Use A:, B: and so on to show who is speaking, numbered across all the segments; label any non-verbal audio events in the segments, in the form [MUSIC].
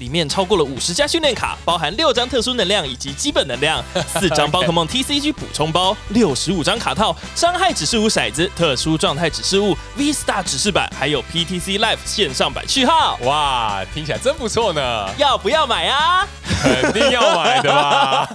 A: 里面超过了五十加训练卡，包含六张特殊能量以及基本能
B: [LAUGHS]
A: 量，四张宝可梦 TCG 补充包，六十五张卡套，伤害指示物骰子、特殊状态指示物、V Star 指示版，还有 PTC Live 线上版序号。
B: 哇，听起来真不错呢， [LAUGHS]
A: 要不要买啊？
B: 肯定要买的
A: [LAUGHS]
B: 吧？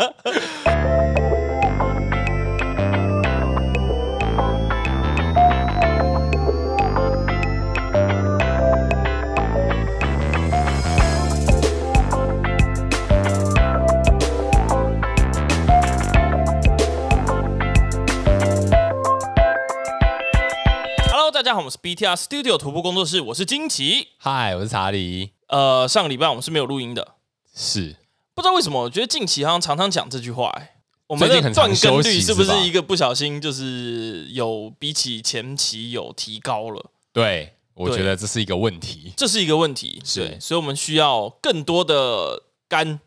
A: Hello，大家好，我们是 BTR Studio 徒步工作室，我是金奇。
B: 嗨，我是查理，
A: 呃，上个礼拜我们是没有录音的，
B: 是
A: 不知道为什么，我觉得近期好像常常讲这句话、哎，我们
B: 最
A: 的
B: 近很常
A: 断更
B: 休
A: 率
B: 息
A: 是不
B: 是吧
A: 是一个不小心就是有比起前期有提高了？
B: 对，我
A: 对
B: 觉得这是一个问题，
A: 这是一个问题，
B: 是
A: 对，所以我们需要更多的干，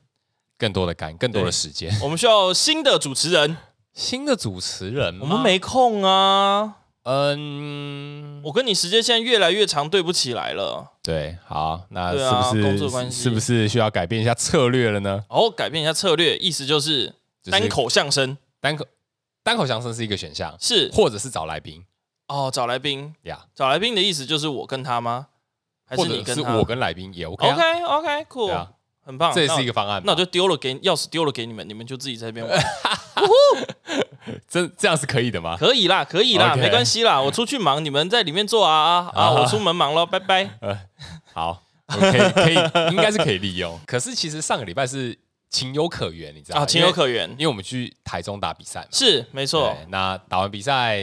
B: 更多的干，更多的
A: 对
B: 时间，
A: [COUGHS] 我们需要新的主持人，
B: 新的主持人吗，
A: 我们没空啊。
B: 嗯，
A: 我跟你时间现在越来越长，对不起来了。
B: 对，好，那
A: 对啊
B: 是
A: 工
B: 不
A: 作
B: 是、
A: 关系
B: 是不是需要改变一下策略了呢？
A: 哦，改变一下策略，意思就是
B: 就是
A: 单口相声
B: 单口单口相声是一个选项，
A: 是
B: 或者是找来宾
A: 哦，找来宾，
B: 呀
A: 找来宾的意思就是我跟他吗？还
B: 或
A: 是你
B: 者
A: 跟
B: 是
A: 他
B: 我跟来宾也 OK 啊
A: OK OK
B: 对
A: cool，
B: 啊，
A: 很棒，
B: 这也
A: 那
B: 是一个方案
A: 那
B: 嘛。
A: 我就丢了给你钥匙，丢了给你们，你们就自己在那边
B: [LAUGHS]
A: 玩，
B: 这这样是可以的吗？
A: 可以啦，可以啦
B: OK
A: 没关系啦，我出去忙，你们在里面做啊啊啊，
B: 啊
A: 我出门忙了，拜
B: [LAUGHS]
A: 拜。
B: 好，我可以可以，应该是可以利用。可是其实上个礼拜是情有可原，你知道吗？
A: 啊，情有可原
B: 因为，因，为我们去台中打比赛嘛，
A: 是哦没错，
B: 对。那打完比赛，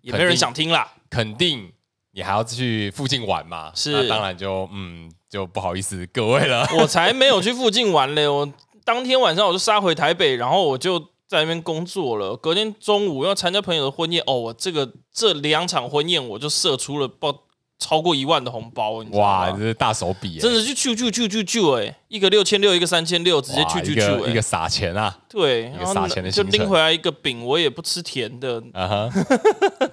A: 也没人想听啦，
B: 肯定你还要去附近玩嘛，
A: 是
B: 那当然就嗯就不好意思各位了。
A: 我才没有去附近玩嘞，我当天晚上我就杀回台北，然后我就在那边工作了。隔天中午要参加朋友的婚宴，哦，我这个这两场婚宴我就射出了爆超过一万的红包，你知道
B: 哇，
A: 吗
B: 这？是大手笔、欸，
A: 真的是去去去去去哎，一个六千六，一个三千六，直接
B: 哇
A: 去去
B: 一
A: 去
B: 个一
A: 哎
B: 个，撒钱啊，
A: 对，
B: 个
A: 然后
B: 撒钱的
A: 就
B: 行
A: 拎
B: 程
A: 回来一个饼，我也不吃甜的
B: 啊
A: [LAUGHS]
B: 哈，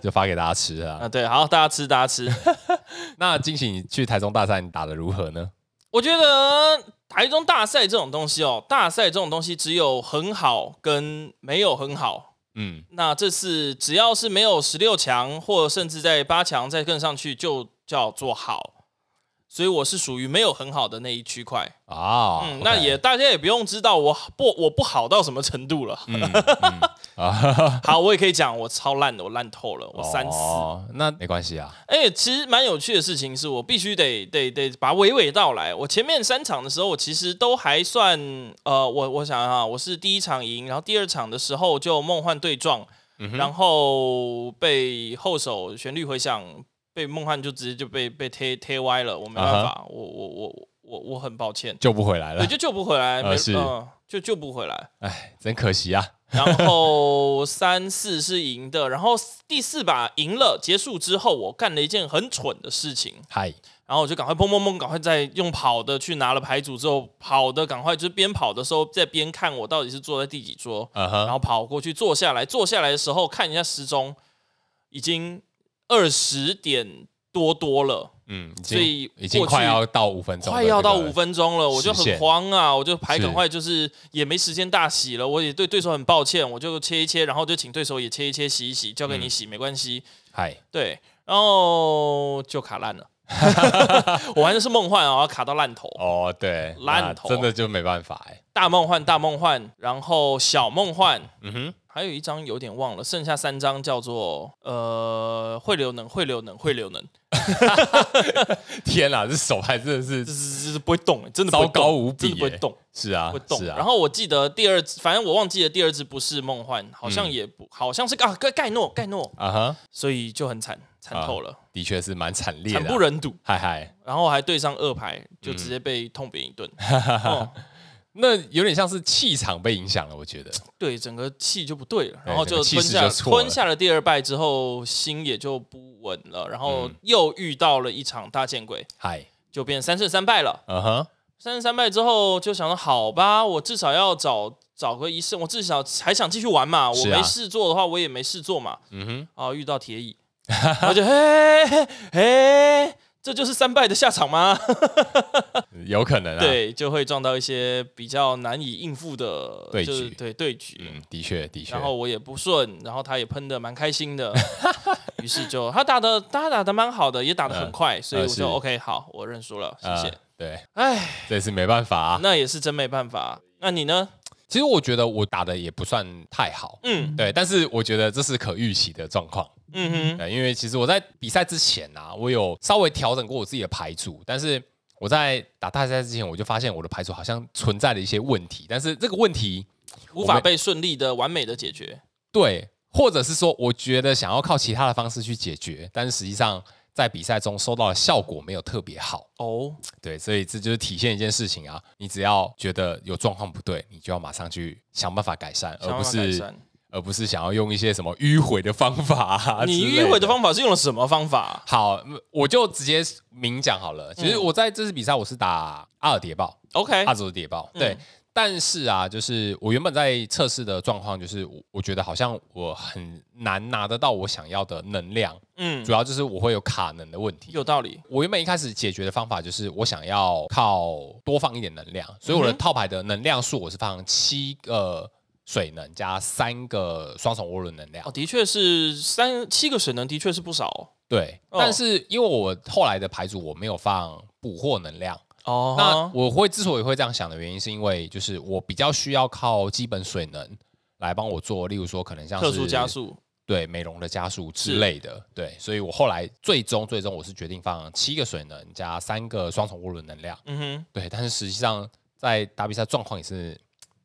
B: 就发给大家吃啊。
A: 啊，对，好，大家吃，大家吃。嗯
B: 那惊喜，你去台中大赛你打的如何呢？
A: 我觉得台中大赛这种东西哦，大赛这种东西只有很好跟没有很好，
B: 嗯，
A: 那这次只要是没有十六强，或甚至在八强再更上去，就叫做好。所以我是属于没有很好的那一区块，
B: 啊，
A: 嗯，
B: OK
A: 那也大家也不用知道我不我不好到什么程度了。
B: 嗯嗯啊哈
A: [LAUGHS]
B: 哈，
A: 好，我也可以讲我超烂的，我烂透了，我三四。
B: 哦，那没关系啊，
A: 哎、其实蛮有趣的事情是我必须得得得把娓娓道来。我前面三场的时候，我其实都还算呃，我我想啊，我是第一场赢，然后第二场的时候就梦幻对撞，然后被后手旋律回响，被梦幻就直接就被被贴贴歪了，我没办法我我我我我很抱歉，
B: 救不回来
A: 对，
B: 了，
A: 就救不回来，没、
B: 呃是
A: 嗯就救不回来。
B: 哎，真可惜啊。
A: 然后三四是赢的，然后第四把赢了，结束之后我干了一件很蠢的事情，
B: 嗨，
A: 然后我就赶快砰砰砰，赶快再用跑的去拿了牌组之后，跑的赶快就是边跑的时候再边看我到底是坐在第几桌，
B: 嗯
A: 然
B: 哼，
A: 后跑过去坐下来，坐下来的时候看一下时钟，已经二十点多多了。
B: 嗯，已
A: 所以
B: 经已经
A: 过去
B: 快要到五分钟了，
A: 快要到
B: 这个
A: 五分钟了，我就
B: 时限
A: 很慌啊！我就牌
B: 是
A: 赶快就是也没时间大洗了，我也对对手很抱歉，我就切一切，然后就请对手也切一切，洗一洗，交给你洗、没关系。
B: 嗨，
A: 对，然后就卡烂了，我玩的是梦幻啊，卡到烂头，
B: 哦，对，
A: 烂
B: 那
A: 头啊
B: 真的就没办法哎，
A: 大梦幻大梦幻，然后小梦幻，
B: 嗯哼，
A: 还有一张有点忘了，剩下三张叫做呃汇流能汇流能汇流能，
B: 天啊，这手牌真的
A: 这
B: 是
A: 是这是不会动、欸真的不会
B: 糟糕
A: 动
B: 无比
A: 真的不会
B: 耶
A: 动。
B: 是啊
A: 会，动。
B: 是啊
A: 然，后我记得第二只，反正我忘记了第二只不是梦幻，好像
B: 嗯
A: 也不，好像是啊盖盖诺盖诺，
B: 啊哈，
A: 所以就很惨，惨透了，
B: 的确是蛮惨烈
A: 惨
B: 的
A: 不
B: 啊，
A: 忍睹。
B: 嗨嗨，
A: 然后还对上二排，就直接被痛扁一 [LAUGHS] 顿。哦，
B: 那有点像是气场被影响了，我觉得。
A: 对，整个气就不对了，
B: 对
A: 然后就
B: 哎整个气
A: 吞
B: 势
A: 下
B: 就错了
A: 吞下了第二败之后，心也就不稳了。然
B: 嗯
A: 后又遇到了一场大见鬼，
B: 嗨，
A: 就变三胜三败了。
B: 嗯哼，
A: 三胜三败之后，就想说好吧，我至少要找找个一胜，我至少还想继续玩嘛。我
B: 是啊嗯
A: 没事做的话，我也没事做嘛。
B: 嗯哼，
A: 啊，遇到铁椅，我就嘿嘿嘿，这就是三败的下场吗？ [LAUGHS]
B: 有可能啊。，
A: 对，就会撞到一些比较难以应付的
B: 对
A: 就是
B: 局
A: 对对局。
B: 嗯，的确的确
A: 然。后我也不顺，然后他也喷的蛮开心
B: [LAUGHS]
A: 的，于是就他打的他打的蛮好的，也打的很快，所以我
B: 啊是
A: 就 OK 好，我认输了，谢
B: 啊
A: 谢。
B: 对，
A: 哎，
B: 这是没办法啊。
A: 那也是真没办法。那你呢？
B: 其实我觉得我打的也不算太好，
A: 嗯
B: 对，但是我觉得这是可预期的状况。
A: 嗯哼，
B: 对，因为其实我在比赛之前啊，我有稍微调整过我自己的排组，但是我在打大赛之前，我就发现我的排组好像存在了一些问题，但是这个问题
A: 无
B: 我
A: 法
B: 们
A: 被顺利的完美的解决。
B: 对，或者是说，我觉得想要靠其他的方式去解决，但是实际上在比赛中收到的效果没有特别好。
A: 哦，
B: 对，所以这就是体现一件事情啊，你只要觉得有状况不对，你就要马上去想办法改善，
A: 想
B: 而
A: 办
B: 哦不
A: 法改
B: 是
A: 善
B: 而不是想要用一些什么迂回的方法、啊。
A: 你迂回的
B: 法。
A: 方法是用了什么方法？
B: 好，嗯我就直接明讲好
A: 嗯
B: 了。其实我在这次比赛我是打阿尔迭豹，
A: OK，
B: 阿祖的谍
A: 嗯
B: 报，对。但是啊，就是我原本在测试的状况，就是我我觉得好像我很难拿得到我想要的能量，
A: 嗯
B: 主，要就是我会有卡能的问题。
A: 有道理。
B: 我原本一开始解决的方法就是我想要靠多放一点能量，所
A: 嗯
B: 以我的套牌的能量数我是放七个水能加三个双重涡轮能量
A: 哦，，的确是三七个水能，的确是不少
B: 对。
A: 哦
B: 但是因为我后来的牌组我没有放捕获能量，
A: 哦。
B: 那我会之所以会这样想的原因，是因为就是我比较需要靠基本水能来帮我做，例如说可能像是
A: 特殊加，速，
B: 对美容的加速之
A: 是
B: 类的，对，所以我后来最终最终我是决定放七个水能加三个双重涡轮能量，
A: 嗯
B: 对，但是实际上在打比赛状况也是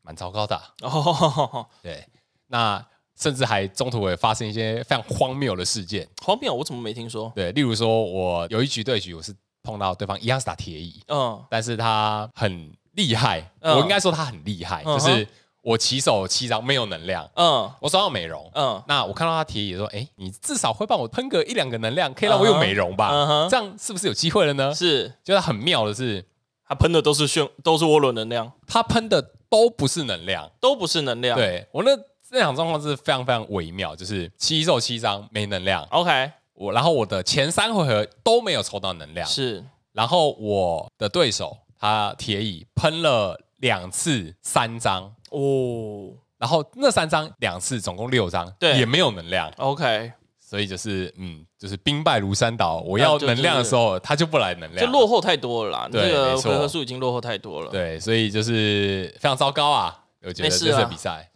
B: 蛮糟糕的啊，
A: 哼，哦， [LAUGHS]
B: 对，那甚至还中途也发生一些非常荒谬的事件，
A: 荒谬，我怎么没听说？
B: 对，例如说我有一局对局我是碰到对方一样是打铁椅，
A: 嗯，
B: 但是他很厉害，
A: 嗯
B: 我应该说他很厉害，
A: 嗯哼
B: 就是我起手七张没有能量，
A: 嗯
B: 我手上有美容。
A: 嗯，
B: 那我看到他提议说：“哎、你至少会帮我喷个一两个能量，可以让我有美容吧
A: 嗯哼
B: 这样是不是有机会了呢？
A: 是
B: 就是很妙的是，
A: 它喷的都是漩，都是涡轮能量，
B: 他喷的都不是能量。
A: 都不是能量。
B: 对我那那场状况是非常非常微妙，就是七手七张没能量，
A: ，OK，
B: 我然后我的前三回合都没有抽到能量，
A: 是
B: 然后我的对手他铁乙喷了两次三张，
A: 哦
B: 然后那三张两次，总共六张，
A: 对
B: 也没有能量，
A: ，OK，
B: 所以就是嗯，就是兵败如山倒。我要
A: 就
B: 能量的时候，他就不来能
A: 这
B: 量，
A: 落后太多了啦，这
B: 对
A: 个
B: 没错
A: 回合数已经落后太多了。
B: 对，所以就是非常糟糕啊！我觉得
A: 没事
B: 这
A: 啊
B: 次比赛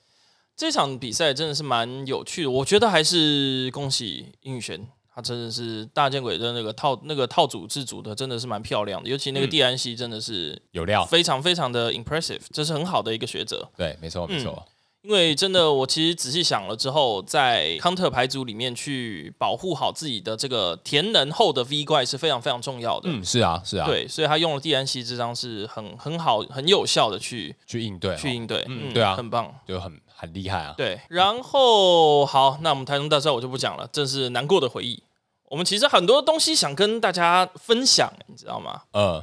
A: 这场比赛真的是蛮有趣的，我觉得还是恭喜殷宇轩，他真的是大剑鬼的那个套那个套组制组的真的是蛮漂亮的，尤其那个
B: 嗯
A: 蒂安西真的是
B: 有料，
A: 非常非常的 impressive，这是很好的一个学者。
B: 对，没错没错，
A: 因为真的，我其实仔细想了之后，在康特牌组里面去保护好自己的这个填能后的 V 怪是非常非常重要的。
B: 嗯，是啊是啊，
A: 对，所以他用了蒂安西这张是很很好、很有效的去
B: 去应对哦，
A: 去应对。
B: 嗯对啊
A: 很棒。
B: 就很很厉害啊，
A: 对，然后好，那我们台中大赛我就不讲了，真是难过的回忆。我们其实很多东西想跟大家分享，你知道吗？
B: 嗯，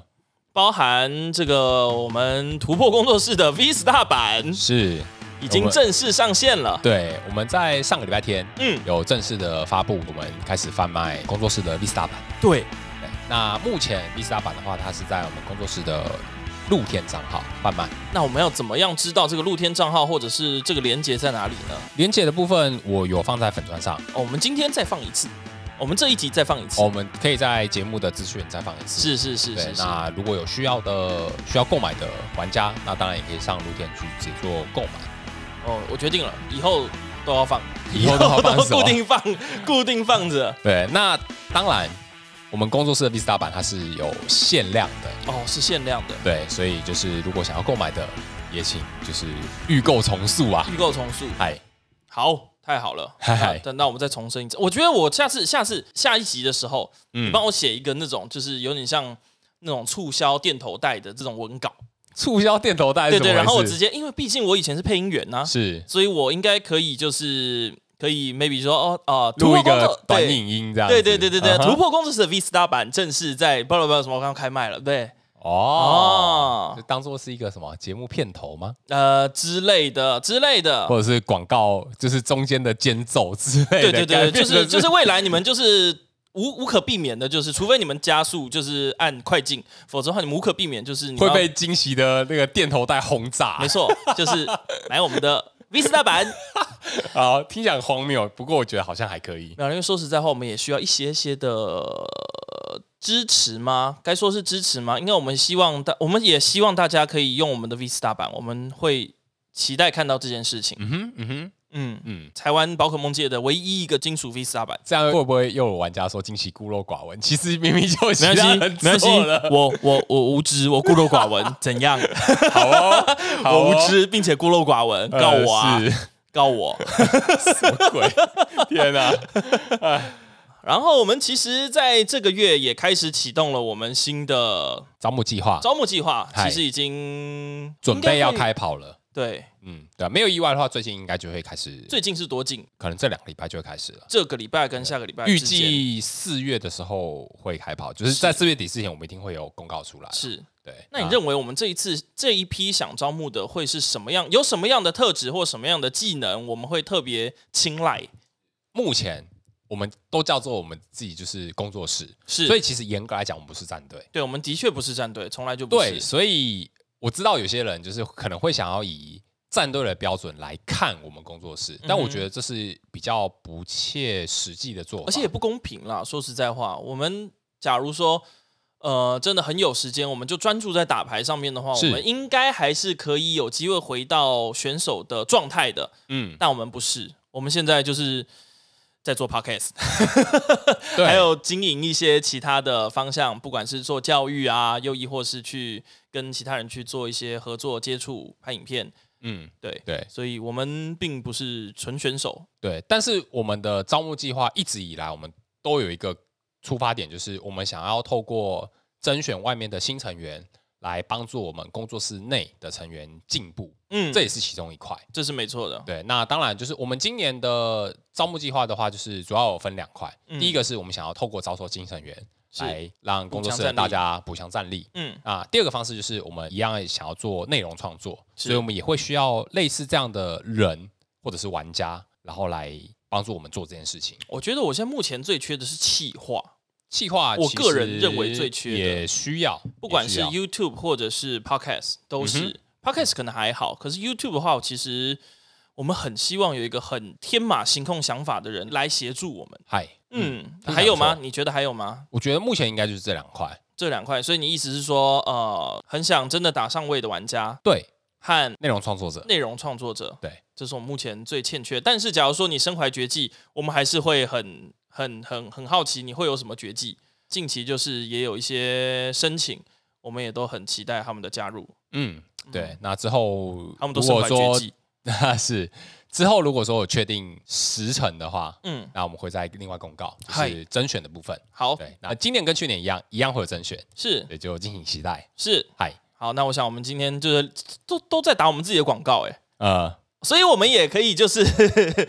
A: 包含这个我们突破工作室的 V Star 版
B: 是，
A: 已
B: 我
A: 经
B: 们
A: 正式上线了。
B: 对，我们在上个礼拜天
A: 嗯，
B: 有正式的发布，我们开始贩卖工作室的 Vista 版。
A: 对，
B: 对，那目前 Vista 版的话，它是在我们工作室的露天账号贩卖。
A: 那我们要怎么样知道这个露天账号或者是这个连接在哪里呢？
B: 连接的部分我有放在粉砖上，
A: 哦，我们今天再放一次，我们这一集再放一次。
B: 我们可以在节目的资讯再放一次。
A: 是是是
B: 哦对，
A: 是是，
B: 那如果有需要的、需要购买的玩家，那当然也可以上露天去直接做购买。
A: 哦，我决定了，以后都要放，
B: [LAUGHS] 以后都要放啊
A: 以后
B: [LAUGHS] 是吧
A: 固定放， [LAUGHS] 固定放着。
B: 对，那当然，我们工作室的 Vista 版它是有限量的，
A: 哦，是限量的，
B: 对，所以就是如果想要购买的，也请就是预购重塑啊。
A: 预购重塑。
B: 嗨，
A: 好，太好了。
B: 嗨嗨
A: 那等到我们再重申一次，我觉得我下次下次下一集的时候，你
B: 嗯
A: 帮我写一个那种就是有点像那种促销电头带的这种文稿。
B: 促销电头带是
A: 对
B: 怎
A: 对，
B: 么回事？
A: 然后我直接，因为毕竟我以前是配音员呐、
B: 是
A: 所以我应该可以就是可以 maybe 说哦哦，突
B: 录
A: 破
B: 一
A: 工作
B: 个短
A: 对
B: 影音这样子。
A: 对对对对对
B: 嗯哼
A: 突破工作室的 V Star 版正式在不知道不知道什么，我刚刚开卖了，对，
B: 哦
A: 哦，
B: 就当做是一个什么节目片头吗？
A: 呃之类的之类的，
B: 或者 [LAUGHS] 是广告，就是中间的间奏之类
A: 对
B: 的？
A: 对对，
B: 感觉
A: 就是就是未来你们就是无无可避免的，就是除非你们加速就是按快进，否则的话你们无可避免就是你
B: 会
A: 要
B: 被惊喜的那个电头带轰炸
A: 没。错，就是买我们的 Vista 版。
B: 好，听起来很荒谬，不过我觉得好像还可以。
A: 没有，因为说实在话，我们也需要一些些的呃支持吗？该说是支持吗？应该我们希望大，我们也希望大家可以用我们的 Vista 版，我们会期待看到这件事情。
B: 嗯哼，嗯哼，
A: 嗯，
B: 嗯，
A: 台湾宝可梦界的唯一一个金属 Vista 版。
B: 这样会不会又有玩家说惊喜孤陋寡闻？其实明明就
A: 没
B: 其他
A: 关
B: 人
A: 系，没关系
B: 做了，，
A: 我我我无知，我孤陋寡
B: [LAUGHS]
A: 闻，怎样？
B: 好哦，
A: [LAUGHS]
B: 好
A: 我
B: 哦
A: 无，知并且孤陋寡闻，
B: 呃
A: 告我啊，
B: 是
A: 告我。
B: 什
A: [LAUGHS]
B: 么鬼？天哪！
A: 然后我们其实在这个月也开始启动了我们新的
B: 招募计划
A: 招募计划，
B: 嗨
A: 其实已经
B: 准备要
A: 应该会
B: 开跑了。
A: 对，
B: 嗯，对啊、没有意外的话，最近应该就会开始，
A: 最近是多近？
B: 可能这两个礼拜就会开始了。
A: 这个礼拜跟下个礼拜
B: 预
A: 之间
B: 计四月的时候会开跑，就是在四月底之前，我们一定会有公告出来。
A: 是。
B: 对，
A: 那你认为我们这一次这一批想招募的会是什么样？有什么样的特质或什么样的技能，我们会特别青睐？
B: 目前我们都叫做我们自己就是工作室，
A: 是，
B: 所以其实严格来讲，我们不是战队。
A: 对我们的确不是战队，从来就不
B: 对，
A: 是。
B: 所以我知道有些人就是可能会想要以战队的标准来看我们工作室，
A: 嗯
B: 但我觉得这是比较不切实际的做法。
A: 而且也不公平啦。说实在话，我们假如说呃真的很有时间，我们就专注在打牌上面的话，我
B: 是
A: 们应该还是可以有机会回到选手的状态的。
B: 嗯，
A: 但我们不是，我们现在就是在做 podcast，
B: 对，
A: 还有经营一些其他的方向，不管是做教育啊，又亦或是去跟其他人去做一些合作接触、拍影片。
B: 嗯，
A: 对，
B: 对
A: 所以我们并不是纯选手。
B: 对，但是我们的招募计划一直以来，我们都有一个出发点，就是我们想要透过甄选外面的新成员，来帮助我们工作室内的成员进步，
A: 嗯，
B: 这也是其中一块。
A: 这是没错的。
B: 对，那当然就是我们今年的招募计划的话，就是主要有分两块。第一个是我们想要透过招收新成员
A: 嗯是
B: 来让工作室
A: 补强战
B: 的
A: 力
B: 大家补强战力。
A: 嗯，
B: 啊，第二个方式就是我们一样想要做内容创作，
A: 是
B: 所以我们也会需要类似这样的人或者是玩家，然后来帮助我们做这件事情。
A: 我觉得我现在目前最缺的是企划，
B: 企划
A: 我
B: 其
A: 个人
B: 实
A: 认为最缺的
B: 也需要，
A: 不管
B: 也需
A: 是
B: 要
A: YouTube 或者是 Podcast 都是、
B: 嗯
A: Podcast 可能还好，可是 YouTube 的话，其实我们很希望有一个很天马行空想法的人来协助我们。
B: 嗨，嗯，
A: 嗯，
B: 非常
A: 还有吗
B: 不？
A: 你觉得还有吗？
B: 我觉得目前应该就是这两块。
A: 这两块，所以你意思是说，呃，很想真的打上位的玩家
B: 对，
A: 和
B: 内容创作者，
A: 内容创作者，
B: 对，
A: 这是我们目前最欠缺。但是，假如说你身怀绝技，我们还是会很、很、很、很好奇你会有什么绝技。近期就是也有一些申请，我们也都很期待他们的加入。
B: 嗯，对。那之后
A: 他们都
B: 如
A: 身
B: 果
A: 怀绝
B: 说
A: 技，
B: [LAUGHS] 是之后如果说我确定时辰的话，
A: 嗯，
B: 那我们会在另外公告，就
A: 嗨哦
B: 是甄选的部分。
A: 好，
B: 对，那今年跟去年一样，一样会有甄选，
A: 是
B: 也就敬请期待。
A: 是，
B: 嗨，
A: 好。那我想我们今天就是都都在打我们自己的广告、欸，
B: 呃，
A: 所以我们也可以就是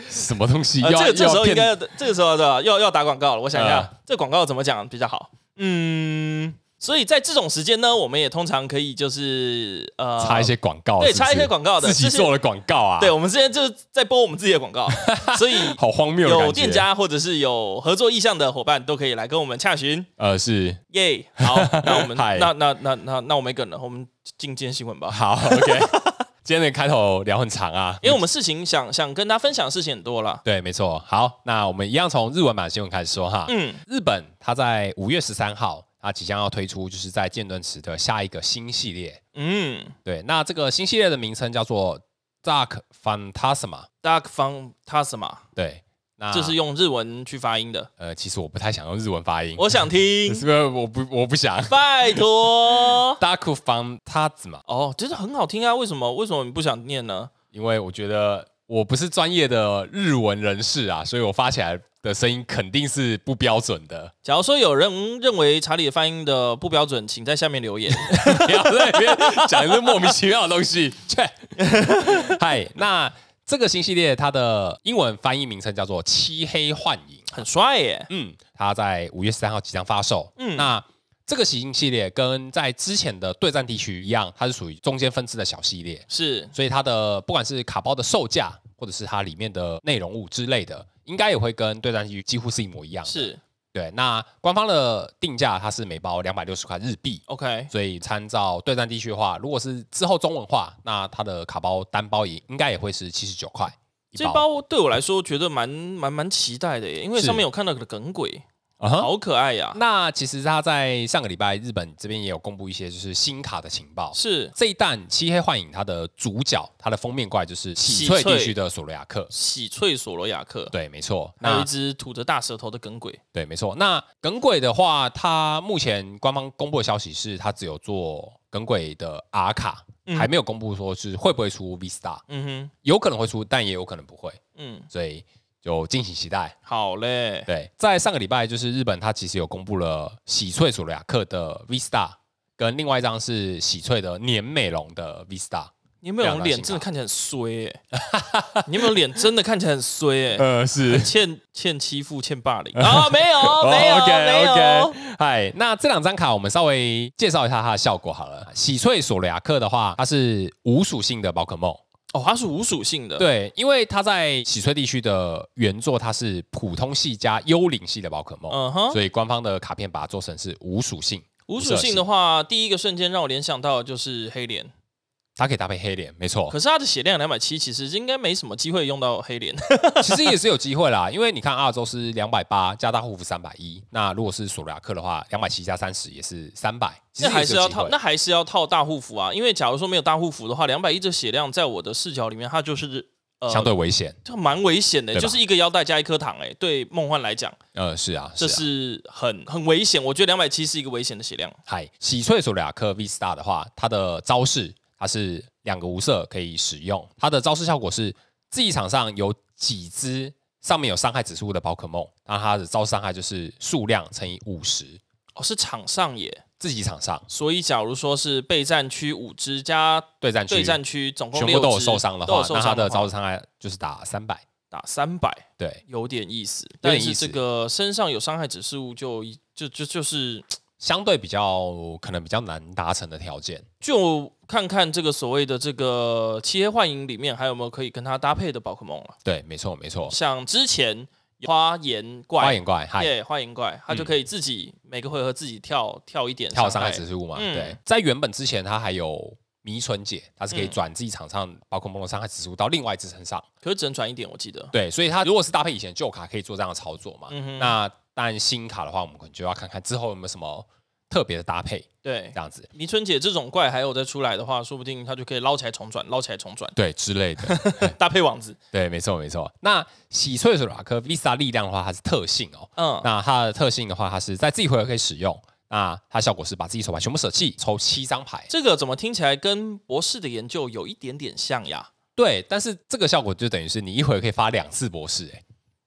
B: 什么东西？
A: 呃，
B: 要
A: 这个这个时候应该
B: 要
A: 要这个时候的要要打广告了。我想一下，
B: 啊
A: 这广告怎么讲比较好？嗯，所以在这种时间呢，我们也通常可以就是呃
B: 骗插一些广告，
A: 对
B: 是不是
A: 插一些广告的
B: 自己
A: 就是
B: 做的广告啊，
A: 对，，我们之前就是在播我们自己的广
B: [LAUGHS]
A: 告，所以
B: 好荒谬的感觉
A: 有店，家或者是有合作意向的伙伴都可以来跟我们洽询。
B: 呃，是
A: 耶、
B: [LAUGHS]
A: 好，那我们
B: 嗨
A: 那那那那那我没梗了，我们进今天新闻吧。
B: 好 [LAUGHS] OK。今天的开头聊很长啊，
A: 因为我们事情想想跟大家分享的事情很多啦。
B: 对，没错。好，那我们一样从日文版新闻开始说哈。
A: 嗯，
B: 日本它在五月十三号，它即将要推出就是在剑盾池的下一个新系列。
A: 嗯
B: 对，那这个新系列的名称叫做 Dark Phantasma。
A: ，Dark Phantasma，
B: 对，那
A: 这是用日文去发音的。
B: 呃，其实我不太想用日文发音，
A: 我想听，
B: [LAUGHS] 是不是我不我不想
A: 拜托。 [LAUGHS]
B: Dark Phantasma，
A: 哦，真的很好听啊！为什么？为什么你不想念呢？
B: 因为我觉得我不是专业的日文人士啊，所以我发起来的声音肯定是不标准的。 [LAUGHS]
A: 假如说有人认为查理的发音的不标准，请在下面留
B: [LAUGHS]
A: 言。
B: 不要在那边讲这莫名其妙的东西。切，嗨，那这个新系列它的英文翻译名称叫做《漆黑幻影》。
A: 很帅耶！
B: 嗯，它在五月十三号即将发售。
A: 嗯
B: 嗯，那这个新系列跟在之前的对战地区一样，它是属于中间分支的小系列，
A: 是，
B: 所以它的不管是卡包的售价，或者是它里面的内容物之类的，应该也会跟对战地区几乎是一模一样的。
A: 是
B: 对，那官方的定价它是每包两百六十块日币，
A: OK，
B: 所以参照对战地区的话，如果是之后中文化，那它的卡包单包也应该也会是七十九块一
A: 这包对我来说觉得蛮蛮蛮期待的耶，因为
B: 是
A: 上面有看到个耿鬼，
B: 啊哈
A: 好可爱呀、
B: 那其实它在上个礼拜日本这边也有公布一些就是新卡的情报。
A: 是
B: 这一弹《漆黑幻影》它的主角，它的封面怪就是喜翠
A: 喜翠
B: 地区的索罗亚克。
A: 喜翠索罗亚克，
B: 对，没错。
A: 还有一
B: 那
A: 只吐着大舌头的耿鬼。
B: 对，没错。那耿鬼的话，它目前官方公布的消息是，它只有做耿鬼的 R 卡，
A: 嗯
B: 还没有公布说是会不会出 V Star，
A: 嗯哼，
B: 有可能会出，但也有可能不会，
A: 嗯，
B: 所以就敬请期待。
A: 好嘞，
B: 对，在上个礼拜，就是日本它其实有公布了喜翠索罗亚克的 V Star，跟另外一张是喜翠的年美容的 V Star。
A: 你有没有
B: 非常
A: 人脸
B: 开心啊
A: 真的看起来很衰耶？ [LAUGHS] 你有没有脸真的看起来很衰
B: [LAUGHS]
A: 耶？
B: 呃，是
A: 欠欠欺负、欠霸
B: [LAUGHS]
A: 凌啊？没有，没有，没
B: 哦 OK
A: 有
B: OK，。嗨，那这两张卡我们稍微介绍一下它的效果好了。喜翠索雷亚克的话，它是无属性的宝可梦，
A: 哦，它是无属性的，，
B: 对，因为它在喜翠地区的原作它是普通系加幽灵系的宝可梦，
A: 嗯哼，
B: 所以官方的卡片把它做成是无属性，
A: 无属性的话，第一个瞬间让我联想到的就是黑莲，
B: 它可以搭配黑脸，没错。
A: [LAUGHS] 可是它的血量两百七，其实应该没什么机会用到黑
B: [LAUGHS]
A: 莲。
B: 其实也是有机会啦，因为你看阿尔宙斯两百八加大护肤三百一，那如果是索罗亚克的话，两百七加三十也是三百，其
A: 那
B: 实
A: 还
B: 也
A: 是
B: 有
A: 要
B: 机
A: 套，
B: 会
A: 那还是要套大护符啊，因为假如说没有大护符的话，两百一这血量在我的视角里面，它就是呃，
B: 相对危险。
A: 它蛮危险的，
B: 对吧
A: 就是一个腰带加一颗糖、欸，对梦幻来讲，
B: 呃，是啊，
A: 这
B: 啊
A: 是很很危险。我觉得两百七是一个危险的血量。
B: 嗨，喜翠索亚克 V Star 的话，它的招式它是两个无色可以使用，它的招式效果是自己场上有几只上面有伤害指数的宝可梦，那它的招式伤害就是数量乘以五十，
A: 哦，是场上耶，
B: 自己场上
A: 所以假如说是备战区五只加
B: 对战区
A: 对战区总共
B: 全
A: 六
B: 部
A: 只
B: 都有受伤的
A: 都有
B: 话，
A: 受
B: 那它
A: 伤
B: 的
A: 话
B: 招式伤害就是打三百，
A: 打三百，
B: 对。
A: 有点意思。
B: 有点
A: 但
B: 意
A: 是
B: 思
A: 这个身上有伤害指数就一就就就是
B: 相对比较可能比较难达成的条件。
A: 就看看这个所谓的这个漆黑幻影里面还有没有可以跟它搭配的宝可梦了、
B: 对，没错，没错。
A: 像之前花岩
B: 哦花
A: 怪，
B: 眼怪，嗨，
A: 对，花岩怪，它就可以自己、每个回合自己跳跳一点
B: 跳
A: 伤
B: 伤害指数嘛，
A: 嗯
B: 对。在原本之前，它还有迷唇解，它是可以
A: 嗯
B: 转自己场上宝可梦的伤害指数到另外一只身上。
A: 可是只能转一点，我记得。
B: 对，所以它如果是搭配以前旧卡，可以做这样的操作嘛。
A: 嗯哼，
B: 那当然新卡的话，我们可能就要看看之后有没有什么特别的搭配，
A: 对
B: 这，样子。
A: 迷春姐这种怪还有再出来的话，说不定它就可以捞起来重转，捞起来重转， [LAUGHS]
B: 对之类 [LAUGHS] 的，
A: 搭配网子。
B: 对，没错没错。那喜翠索拉克 Visa 力量的话，它是特性哦，
A: 嗯，
B: 那它的特性的话，它是在自己回合可以使用。那它效果是把自己手牌全部舍弃，抽七张牌。
A: 这个怎么听起来跟博士的研究有一点点像呀？
B: 对，但是这个效果就等于是你一回合可以发两次博士、欸，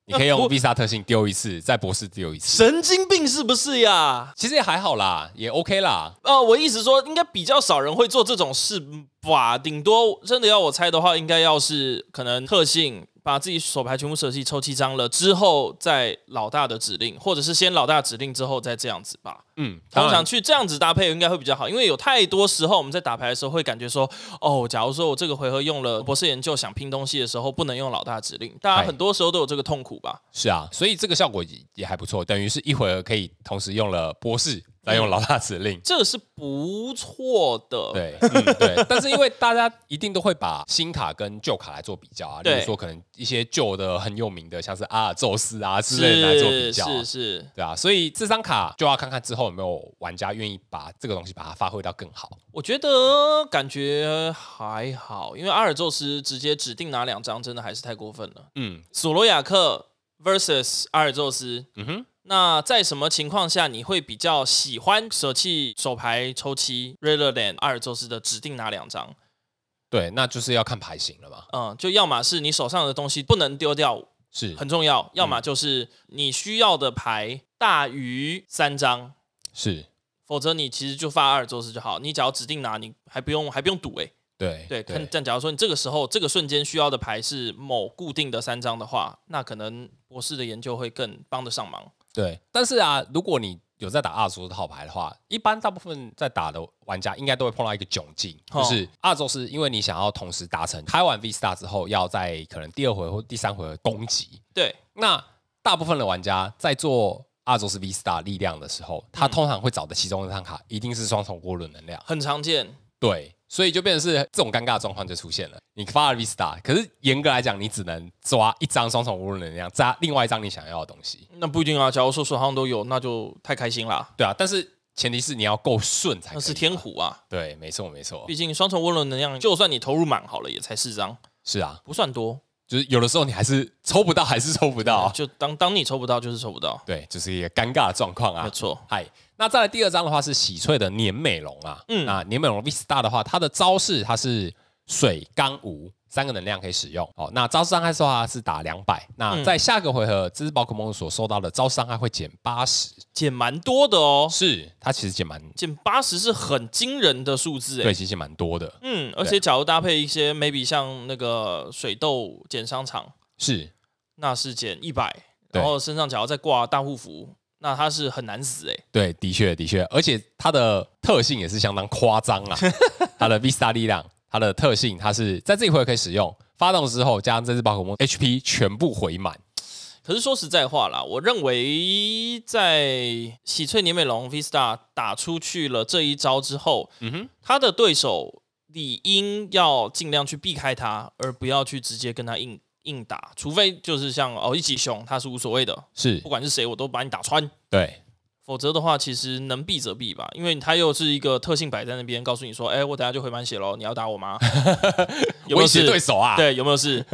B: 你可以用
A: 呃不
B: Visa 特性丢一次，再博士丢一次。
A: 神经病是不是呀？
B: 其实也还好啦，也 OK 啦。
A: 呃，我意思说，应该比较少人会做这种事吧。顶多真的要我猜的话，应该要是可能特性把自己手牌全部舍弃抽七张了之后，再老大的指令，或者是先老大指令之后再这样子吧。
B: 嗯，
A: 通
B: 当
A: 常
B: 然，
A: 去这样子搭配应该会比较好，因为有太多时候我们在打牌的时候会感觉说，哦，假如说我这个回合用了博士研究想拼东西的时候，不能用老大指令，大
B: 哎
A: 家很多时候都有这个痛苦吧？
B: 是啊，所以这个效果也也还不错，等于是一回合可以同时用了博士，再用老大指令。
A: 这个是不错的，
B: 对，嗯，对，但是因为大家一定都会把新卡跟旧卡来做比
A: [LAUGHS]
B: 较啊，例如
A: 对
B: 说可能一些旧的很有名的，像是阿尔宙斯啊之类的来做比
A: 是
B: 较啊、
A: 是是，
B: 对啊，所以这张卡就要看看之后有没有玩家愿意把这个东西把它发挥到更好。
A: 我觉得感觉还好，因为阿尔宙斯直接指定拿两张，真的还是太过分了。
B: 嗯
A: 索罗亚克 versus 阿尔宙斯，
B: 嗯哼，
A: 那在什么情况下你会比较喜欢舍弃手牌抽七 r a t h e r than 阿尔宙斯的指定哪两张？
B: 对，那就是要看牌型了嘛。
A: 嗯，就要么是你手上的东西不能丢掉，
B: 是
A: 很重要；要么就是你需要的牌大于三张，
B: 是，
A: 否则你其实就发阿尔宙斯就好。你只要指定拿，你还不用还不用赌诶、欸
B: 对
A: 对，看但假如说你这个时候这个瞬间需要的牌是某固定的三张的话，那可能博士的研究会更帮得上忙。
B: 对。但是啊，如果你有在打阿尔宙斯套牌的话，一般大部分在打的玩家应该都会碰到一个窘境，就
A: 哦
B: 是阿尔宙斯，因为你想要同时达成开完 V Star 之后，要在可能第二回合或第三回合攻击，
A: 对，
B: 那大部分的玩家在做阿宙斯 V Star 力量的时候，
A: 嗯
B: 他通常会找的其中一张卡一定是双重涡轮能量。
A: 很常见。
B: 对，所以就变成是这种尴尬的状况就出现了。你发了 V Star，可是严格来讲，你只能抓一张双重涡轮能量，加另外一张你想要的东西。
A: 那不一定啊，假如说手上都有，那就太开心啦。
B: 对啊，但是前提是你要够顺才
A: 那
B: 可以嘛。
A: 是天虎啊，
B: 对，没错没错
A: 毕，竟双重涡轮能量，就算你投入满好了，也才四张，
B: 是啊，
A: 不算多。
B: 就是有的时候你还是抽不到，还是抽不到。
A: 就当当你抽不到就是抽不到，
B: 对，就是一个尴尬的状况啊
A: 没。错。
B: 嗨，那再来第二张的话是喜翠的年美容啊，
A: 嗯
B: 嗯，那年美容 V Star 的话，它的招式它是水刚无三个能量可以使用哦。那招式伤害的话是打两百，那
A: 嗯
B: 在下个回合这只宝可梦所受到的招式伤害会减八十，
A: 减蛮多的哦，
B: 是它其实减蛮
A: 减八十是很惊人的数字哎、
B: 对，其实蛮多的，
A: 嗯，而且假如搭配一些 maybe 像那个水痘减商场，
B: 是
A: 那是减一百，
B: 对
A: 然后身上假如再挂大护符，那它是很难死哎、
B: 对，的确的确，而且它的特性也是相当夸张 [LAUGHS] 啊，它的 V Star 力量，它的特性它是在这一回合可以使用，发动之后加上这只宝可梦 HP 全部回满。
A: 可是说实在话啦，我认为在喜翠年美龙 Vista 打出去了这一招之后，
B: 嗯哼。
A: 他的对手理应要尽量去避开他，而不要去直接跟他硬硬打，除非就是像哦一起熊，他是无所谓的，
B: 是
A: 不管是谁，我都把你打穿。
B: 对，
A: 否则的话，其实能避则避吧，因为他又是一个特性摆在那边，告诉你说，哎、我等下就回满血喽，你要打我吗？
B: [LAUGHS]
A: 有没
B: 威
A: 有
B: 胁
A: 事？
B: 对手啊，
A: 对，有没有
B: [LAUGHS]
A: 事？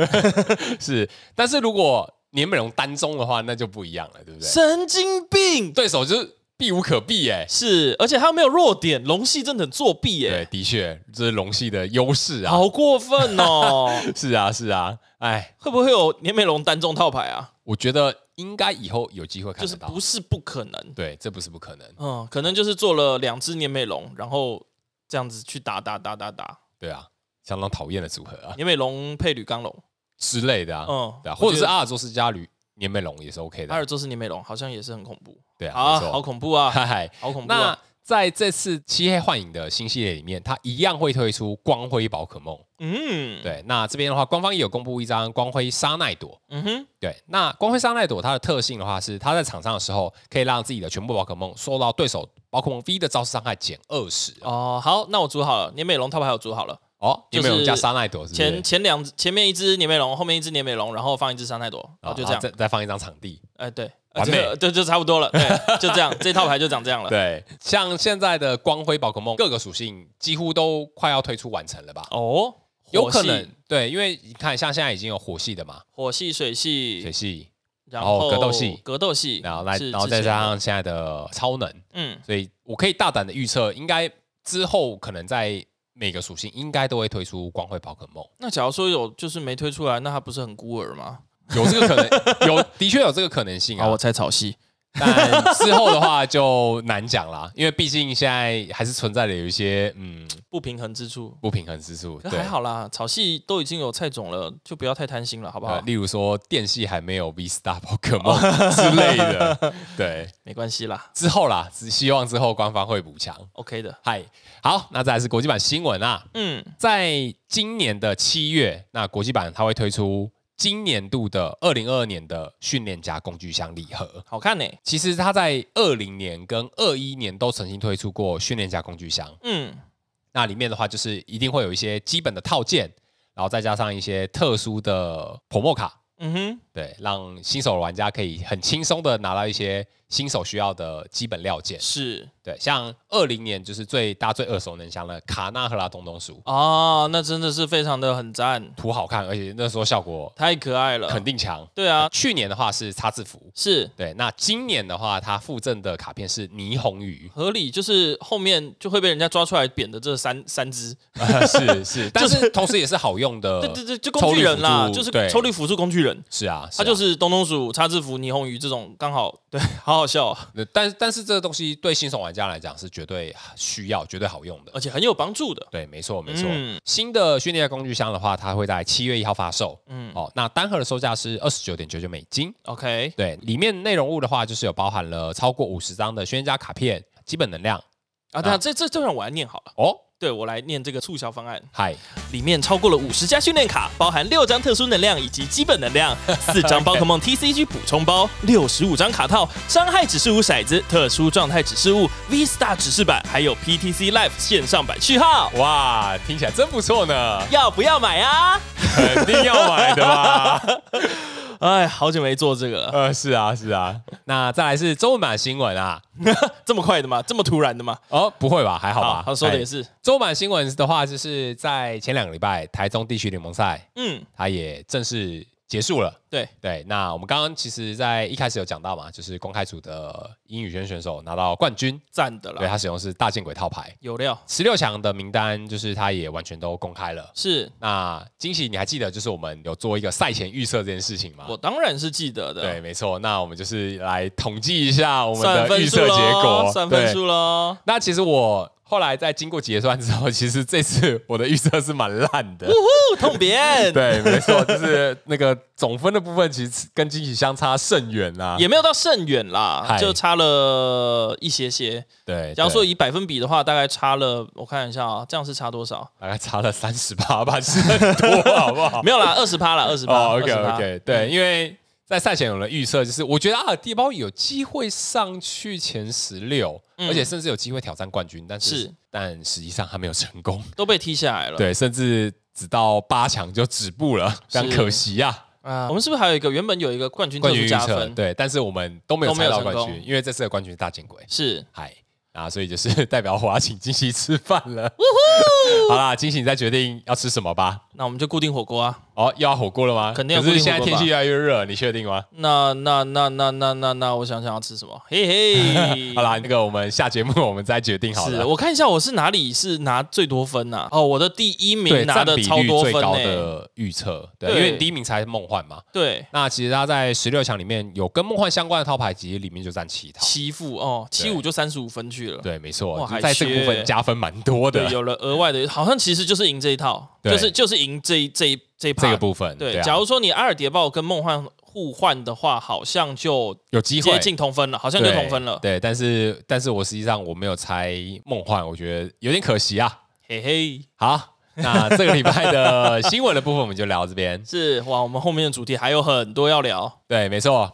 B: 是。但是如果年美容单中的话，那就不一样了，对不对？
A: 神经病！
B: 对手就是避无可避、哎，
A: 是，而且他又没有弱点，龙系真的很作弊耶、
B: 对，的确，这是龙系的优势啊，
A: 好过分
B: [LAUGHS]
A: 哦！
B: 是啊，是啊，哎，
A: 会不会有年美龙单中套牌啊？
B: 我觉得应该以后有机会看
A: 就
B: 得
A: 是
B: 到，
A: 不是不可能，
B: 对，这不是不可能，
A: 嗯，可能就是做了两只年美龙，然后这样子去打打打打打
B: 对啊，相当讨厌的组合啊
A: 年美龙配铝钢龙，
B: 之类的啊，
A: 嗯，
B: 对啊，或者是
A: 我觉
B: 阿尔宙斯加吕年美容也是 OK
A: 得阿
B: 的，啊
A: 尔宙斯年美龙好像也是很恐怖
B: 对啊，
A: 啊，
B: 没
A: 好
B: [LAUGHS] 错，
A: 恐怖啊，
B: 嗨嗨，
A: 好恐怖
B: 那
A: 啊！
B: 在这次漆黑幻影的新系列里面，它一样会推出光辉宝可梦。
A: 嗯，，
B: 对，那这边的话，官方也有公布一张光辉沙奈朵。
A: 嗯哼，
B: 对，那光辉沙奈朵它的特性的话是，它在场上的时候可以让自己的全部宝可梦受到对手宝可梦 V 的招式伤害减二十。
A: 哦，好，那我组好了，年美龙套牌我组好了，
B: 哦，
A: 就
B: 有
A: 是
B: 没有加沙奈朵是不是？
A: 前前两前面一只年美龙，后面一只年美龙，然后放一只山奈朵，然
B: 哦
A: 后就这
B: 然后
A: 样，
B: 再再放一张场地。
A: 哎，对，
B: 完美
A: 对，就差不多了，
B: [LAUGHS]
A: 对，就这样，这套牌就长这样了。
B: 对，像现在的光辉宝可梦各个属性几乎都快要推出完成了吧？
A: 哦，
B: 有
A: 火系
B: 可能，对，因为你看，像现在已经有火系的嘛，
A: 火系、水
B: 水
A: 系，
B: 系，
A: 然
B: 后
A: 后
B: 格斗系
A: 格斗系，
B: 然后来，
A: 是
B: 然后
A: 之
B: 再
A: 前的
B: 加上现在的超能，
A: 嗯，
B: 所以我可以大胆的预测，应该之后可能在每个属性应该都会推出光辉宝可
A: [LAUGHS]
B: 梦，
A: 那假如说有就是没推出来，那他不是很孤儿吗？
B: 有这个可能，有的确有这个可能性
A: 啊，
B: 啊
A: 我。猜草系，
B: 但之后的话就难讲啦，因为毕竟现在还是存在的有一些嗯
A: 不平衡之处。
B: 不平衡之处，
A: 可
B: 对
A: 还，好啦，草系都已经有菜种了，就不要太贪心了，好不
B: 呃
A: 好？
B: 例如说电系还没有 V Star 宝可梦之类
A: [LAUGHS]
B: 的，对，
A: 没关系啦
B: 之后啦，只希望之后官方会补强。
A: ，OK 的。
B: 嗨，好，那再来是国际版新闻啊，
A: 嗯，
B: 在今年的七月，那国际版它会推出今年度的二零二二年的训练家工具箱礼盒。
A: 好看呢、
B: 其实它在二零年跟二一年都曾经推出过训练家工具箱，
A: 嗯，
B: 那里面的话就是一定会有一些基本的套件，然后再加上一些特殊的 promo 卡，
A: 嗯哼，
B: 对，让新手玩家可以很轻松的拿到一些新手需要的基本料件。
A: 是
B: 对，像二零年就是最大家最耳熟能详的卡纳赫拉东东鼠，
A: 啊，那真的是非常的很赞，
B: 图好看，而且那时候效果
A: 太可爱了。
B: 肯定强。
A: 对啊，
B: 去年的话是擦字符，
A: 是，
B: 对，那今年的话，它附赠的卡片是霓虹鱼
A: 合理，就是后面就会被人家抓出来扁的这三三只。
B: 是是， [LAUGHS] 但是同时也是好用的，
A: 对对对，就工具人啦，
B: 呃抽力辅助
A: 就是
B: 对
A: 抽力辅助工具人，
B: 是啊，
A: 他
B: 啊
A: 就是东东鼠、叉字符、霓虹鱼这种，刚好 [LAUGHS] 对，好好笑哦，
B: 呃但但是这个东西对新手玩家来讲是绝对需要、绝对好用的
A: 而。且很有帮助的。
B: 对，没错，没错。
A: 嗯
B: 新的训练工具箱的话，它会在七月一号发售。
A: 嗯
B: 嗯，哦，那单盒的售价是二十九点九九美金。
A: OK，
B: 对，里面内容物的话，就是有包含了超过五十张的训练家卡片、基本能量。
A: 啊啊，对啊，这这这让我来念好了。
B: 哦，
A: 对我来念这个促销方案，
B: 嗨，
A: 里面超过了五十家训练卡，包含六张特殊能量以及基本能
B: [LAUGHS]
A: 量，四张宝可梦 TCG 补充包，六十五张卡套，伤害指示物骰子、特殊状态指示物、V Star 指示版，还有 PTC Live 线上版序号，
B: 哇，听起来真不错呢，
A: 要不要买啊？
B: 肯定要买的吧？ [LAUGHS]
A: 哎，好久没做这个了，
B: 呃，是啊，是啊。那再来是中文版新闻啊，
A: 这么快的吗？这么突然的吗？
B: 哦，不会吧？还哎好吧？
A: 他说的也
B: 是。
A: 是，
B: 中文版新闻的话，就是在前两个礼拜，台中地区联盟赛
A: 嗯，
B: 它也正式结束了。
A: 对，
B: 对，那我们刚刚其实，在一开始有讲到嘛，就是公开组的英语圈选手拿到冠军，
A: 赞的
B: 对
A: 啦，
B: 他使用的是大剑鬼套牌。
A: 有料，
B: 十六强的名单就是他也完全都公开了。
A: 是
B: 那惊喜，你还记得就是我们有做一个赛前预测这件事情吗？
A: 我当然是记得的，
B: 啊对，，没错。那我们就是来统计一下我们
A: 算
B: 的
A: 分
B: 预
A: 数
B: 测结
A: 喽，
B: 果，
A: 算分
B: 对
A: 数喽。
B: 那其实我后来在经过结算之后，其实这次我的预测是蛮烂的。
A: 不痛扁，
B: 对，没错，就是那个总分的部分，其实跟惊喜相差甚远啊。
A: 也没有到甚远啦，
B: 嗨
A: 就差了一些些。
B: 对，
A: 假如说
B: 对
A: 以百分比的话，大概差了，我看一下啊，这样是差多少？
B: 大概差了三十八吧，是很多，好不好？
A: [LAUGHS] 没有啦，二十趴啦，二十嗯趴。
B: 哦，OK
A: 20%。
B: OK，对，因为在赛前有人预测，就是我觉得阿尔蒂包有机会上去前十六、
A: 嗯
B: 而且甚至有机会挑战冠军，但是
A: 是
B: 但实际上他没有成功，
A: 都被踢下来了。
B: 对，甚至只到八强就止步了，非常
A: 是
B: 可惜呀、啊。
A: 啊，我们是不是还有一个原本有一个冠军特
B: 冠
A: 殊
B: 军预
A: 加
B: 测
A: 分？
B: 对，但是我们都没有
A: 都没
B: 猜
A: 有
B: 到
A: 成
B: 冠
A: 功
B: 军，因为这次的冠军是大见鬼，
A: 是
B: 嗨啊，所以就是 [LAUGHS] 代表我要请金喜吃饭了。 [LAUGHS] 好啦，金喜你再决定要吃什么吧。
A: 那我们就固定火锅啊。
B: 哦，又要火锅了吗？
A: 肯定要
B: 可
A: 固
B: 是
A: 定火
B: 现
A: 锅
B: 在天气越来越热，你确定吗？
A: 那那那那那那那，我想想要吃什么？嘿嘿，
B: [LAUGHS] 好啦，那个我们下节目 [LAUGHS] 我们再决定好
A: 嗯是
B: 了。
A: 我看一下我是哪里是拿最多分呐、哦，我的第一
B: 对，
A: 名拿
B: 占
A: 的
B: 比
A: 超
B: 率
A: 多
B: 最
A: 分
B: 高
A: 呢、
B: 的预测，对，
A: 对
B: 因为第一名才是梦幻嘛。
A: 对，
B: 那其实他在十六强里面有跟梦幻相关的套牌，其实里面就占七套。
A: 七负哦，七五就三十五分去了。
B: 对，没
A: 哇
B: 错，就
A: 还
B: 在这个部
A: 缺
B: 分加分蛮多
A: 对，
B: 的，
A: 有了额外的，好像其实就是赢这一套，
B: 对
A: 就是就是赢这一这一这一
B: [LAUGHS] 这个
A: 趴。
B: 部分。
A: 对，
B: 啊
A: 假如说你阿尔迭豹跟梦幻互换的话，好像就
B: 有机会
A: 接近同分了，好像就
B: 对
A: 同分了。
B: 对，但是但是我实际上我没有猜梦幻，我觉得有点可惜啊。
A: 嘿嘿， [LAUGHS]
B: 好，那这个礼拜的新闻的部分我们就聊到这边。
A: 是哇，我们后面的主题还有很多要聊。
B: 对，没错。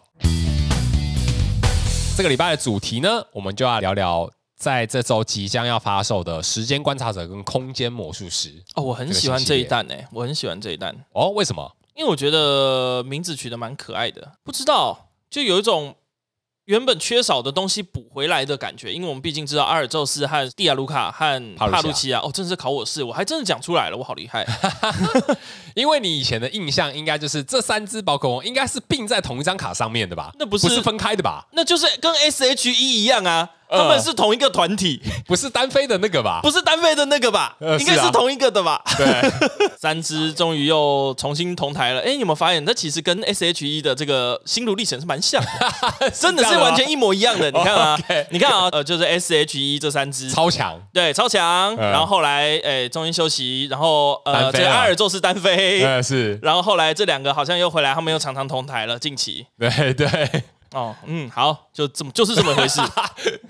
B: 这个礼拜的主题呢，我们就要聊聊在这周即将要发售的《时间观察者》跟《空间魔术师》
A: 哦，我很
B: 这个
A: 喜欢
B: 新
A: 这
B: 系
A: 一
B: 列
A: 弹诶、我很喜欢这一弹，
B: 哦。为什么？
A: 因为我觉得名字取得蛮可爱的，不知道就有一种原本缺少的东西补回来的感觉。因为我们毕竟知道阿尔宙斯和蒂亚卢卡和
B: 帕鲁西亚
A: 帕路西亚，哦，真的是考我试，我还真的讲出来了，我好厉害。 [LAUGHS]
B: 因为你以前的印象应该就是这三只宝可梦应该是并在同一张卡上面的吧？
A: 那不是
B: 不是分开的吧？
A: 那就是跟 S H E 一样啊，
B: 呃
A: 他们是同一个团体，
B: 不是单飞的那个吧？
A: 不是单飞的那个吧？
B: 呃
A: 应该
B: 是
A: 是
B: 啊
A: 同一个的
B: [LAUGHS]
A: 吧？
B: 对，
A: 三只终于又重新同台了。哎，你有没有发现，那其实跟 S H E 的这个心路历程是蛮像的，
B: [LAUGHS]
A: 真的
B: 这
A: 是
B: 样吗
A: 完全一模一样的。你看啊
B: [LAUGHS] OK，
A: 你看啊，呃，就是 S H E 这三只。
B: 超强。
A: 对，超强。
B: 嗯
A: 然后后来，哎，中间休息，然后呃，
B: 单
A: 这
B: 飞啊
A: 个
B: 了
A: 阿尔宙斯单飞，
B: 呃，是，
A: 然后后来这两个好像又回来，他们又常常同台了。近期，[LAUGHS]
B: 对对。
A: 哦，嗯，好，就这么就是这么回
B: [LAUGHS]
A: 事。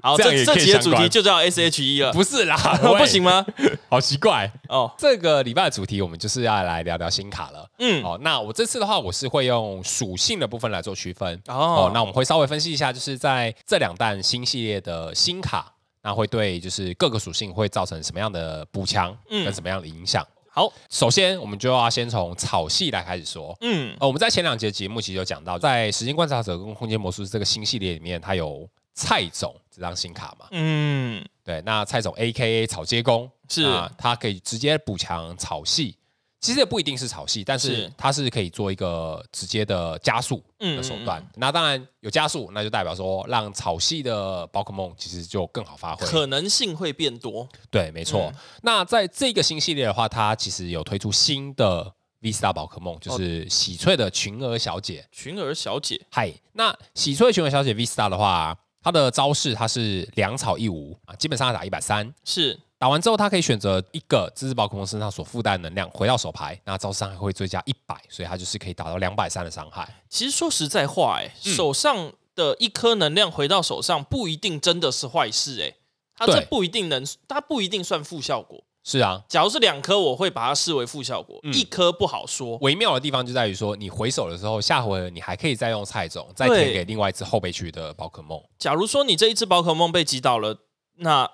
A: 好，
B: 这样
A: 这
B: 也可
A: 这
B: 以
A: 集的
B: 相
A: 主题
B: 关
A: 就叫 S H E 了，，
B: 不是啦
A: [LAUGHS] 不行吗？
B: 喂，好奇怪。
A: 哦，
B: 这个礼拜的主题我们就是要来聊聊新卡了。
A: 嗯，
B: 哦，那我这次的话，我是会用属性的部分来做区分。哦
A: 哦，，
B: 那我们会稍微分析一下，就是在这两弹新系列的新卡，那会对就是各个属性会造成什么样的补强，
A: 嗯
B: 跟什么样的影响。
A: 好，
B: 首先，我们就要先从草系来开始说。
A: 嗯，
B: 呃，我们在前两节节目其实有讲到，在《时间观察者》跟《空间魔术师》这个新系列里面，它有蔡总这张新卡嘛？
A: 嗯，
B: 对，那蔡总 A K A 草接工
A: 是
B: 啊，他可以直接补强草系，其实也不一定是草系，但是
A: 是
B: 它是可以做一个直接的加速
A: 嗯
B: 的手段。那当然有加速，那就代表说让草系的宝可梦其实就更好发挥。
A: 可嗯能性会变多，
B: 对，没错。那在这个新系列的话，它其实有推出新的 V Star 宝可梦，
A: 哦
B: 就是喜翠的群儿小姐。
A: 群儿小姐，
B: 嗨，那喜翠群儿小姐 V Star 的话，它的招式它是两草一无啊，基本上它打一百三。
A: 是
B: 打完之后，他可以选择一个这只宝可梦身上所附带的能量回到手牌，那招伤害会追加一百，所以它就是可以打到两百三的伤害。
A: 其实说实在话、哎、
B: 嗯
A: 手上的一颗能量回到手上，不一定真的是坏事、哎，它
B: 对
A: 这不一定能，它不一定算负效果，
B: 是啊，
A: 假如是两颗，我会把它视为负效果，
B: 嗯
A: 一颗不好说。
B: 微妙的地方就在于说，你回手的时候，下回合你还可以再用菜种，再
A: 对
B: 填给另外一只后备区的宝可梦。
A: 假如说你这一只宝可梦被击倒了，那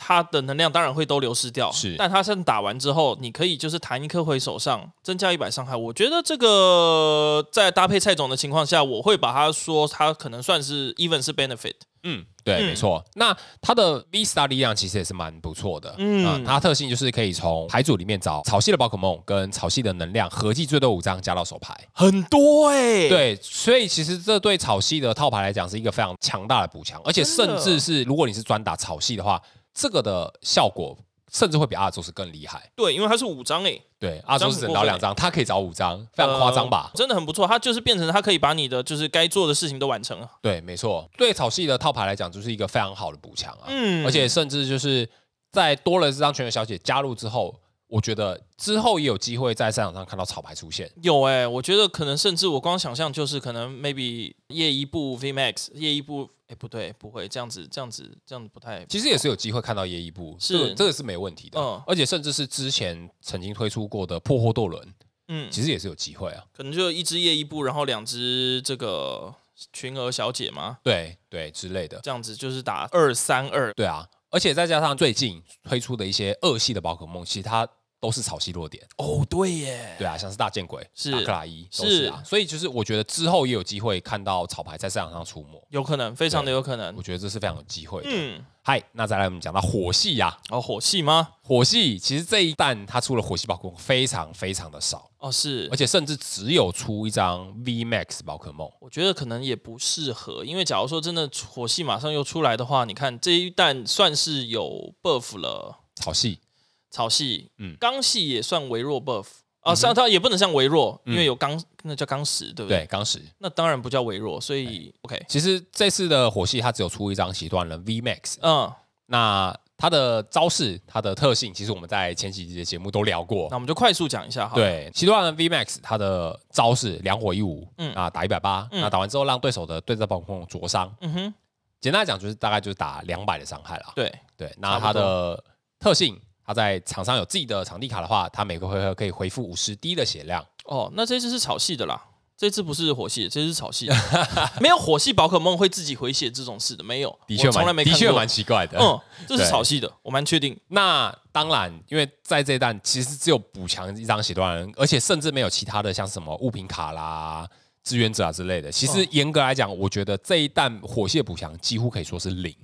A: 它的能量当然会都流失掉。
B: 是
A: 但它现在打完之后，你可以就是弹一颗回手上，增加一百伤害。我觉得这个在搭配菜种的情况下，我会把它说它可能算是 even 是 benefit。
B: 嗯，对，
A: 嗯
B: 没错。那它的 V Star 力量其实也是蛮不错的。
A: 嗯
B: 嗯、它的特性就是可以从牌组里面找草系的宝可梦跟草系的能量，合计最多五张加到手牌。
A: 很多哎、
B: 对，所以其实这对草系的套牌来讲是一个非常强大的补强，而且
A: 真
B: 甚
A: 的
B: 至是如果你是专打草系的话，这个的效果甚至会比阿尔宙斯更厉害。
A: 对，因为它是五张哎、
B: 对，阿尔宙斯只能找两张，他可以找五张，非常夸张吧
A: 呃？真的很不错，它就是变成它可以把你的就是该做的事情都完成了。
B: 对，没错，对草系的套牌来讲，就是一个非常好的补强啊。
A: 嗯
B: 而且甚至就是在多了这张全员小姐加入之后，我觉得之后也有机会在赛场上看到草牌出现。
A: 有哎、我觉得可能甚至我光想象就是可能 maybe 夜一部 VMAX 夜一部，哎、不对，不会这样子，这样子，这样子不太。
B: 其实也是有机会看到耶伊布，
A: 是
B: 这个这个是没问题的。
A: 嗯
B: 而且甚至是之前曾经推出过的破获斗轮，
A: 嗯，
B: 其实也是有机会啊。
A: 可能就一只夜一部，然后两只这个群鹅小姐嘛，
B: 对对之类的，
A: 这样子就是打二三二。
B: 对啊。而且再加上最近推出的一些恶系的宝可梦，其实它都是草系弱点。
A: 哦，对耶，
B: 对啊，像是大剑鬼、
A: 是
B: 达克拉伊都是啊，所以就是我觉得之后也有机会看到草牌在赛场上出没，
A: 有可能，非常的有可能
B: 我。觉得这是非常有机会的。
A: 嗯，
B: 嗨，那再来我们讲到火系呀、啊，
A: 哦，火系吗？
B: 火系其实这一弹它出了火系宝可梦非常非常的少，
A: 哦，是
B: 而。且甚至只有出一张 V Max 宝可梦。
A: 我觉得可能也不适合，因为假如说真的火系马上又出来的话，你看这一弹算是有 buff 了，
B: 草系
A: 草系，嗯
B: 嗯，
A: 钢系也算微弱 buff 啊，上、它也不能像微弱，因为有钢，那叫钢石，对不对？
B: 嗯对钢石，
A: 那当然不叫微弱，所以 OK，
B: 其实这次的火系它只有出一张极端人 V Max，
A: 嗯，
B: 那它的招式、它的特性，其实我们在前几集的节目都聊过
A: 那。我们就快速讲一下哈，，
B: 对，奇段 V Max 它的招式两火一五，
A: 嗯
B: 嗯啊打一百八，
A: 嗯
B: 那打完之后让对手的对战宝可梦灼伤，
A: 嗯哼，
B: 简单来讲就是大概就是打两百的伤害啦。
A: 对，
B: 对，那它的特性，它在场上有自己的场地卡的话，它每个回合可以恢复五十滴的血量。
A: 哦，那这只是草系的啦。这只不是火系，这只是草
B: [LAUGHS]
A: 系的，没有火系宝可梦会自己回血这种事的，没有，
B: 的确
A: 我从来没
B: 蛮，的
A: 看过。
B: 确蛮奇怪的。
A: 嗯，这是
B: 对
A: 草系的，我蛮确定。
B: 那当然，因为在这一弹其实只有补强一张血段人，而且甚至没有其他的像什么物品卡啦、志愿者啊之类的。其实
A: 嗯
B: 严格来讲，我觉得这一弹火系的补强几乎可以说是零。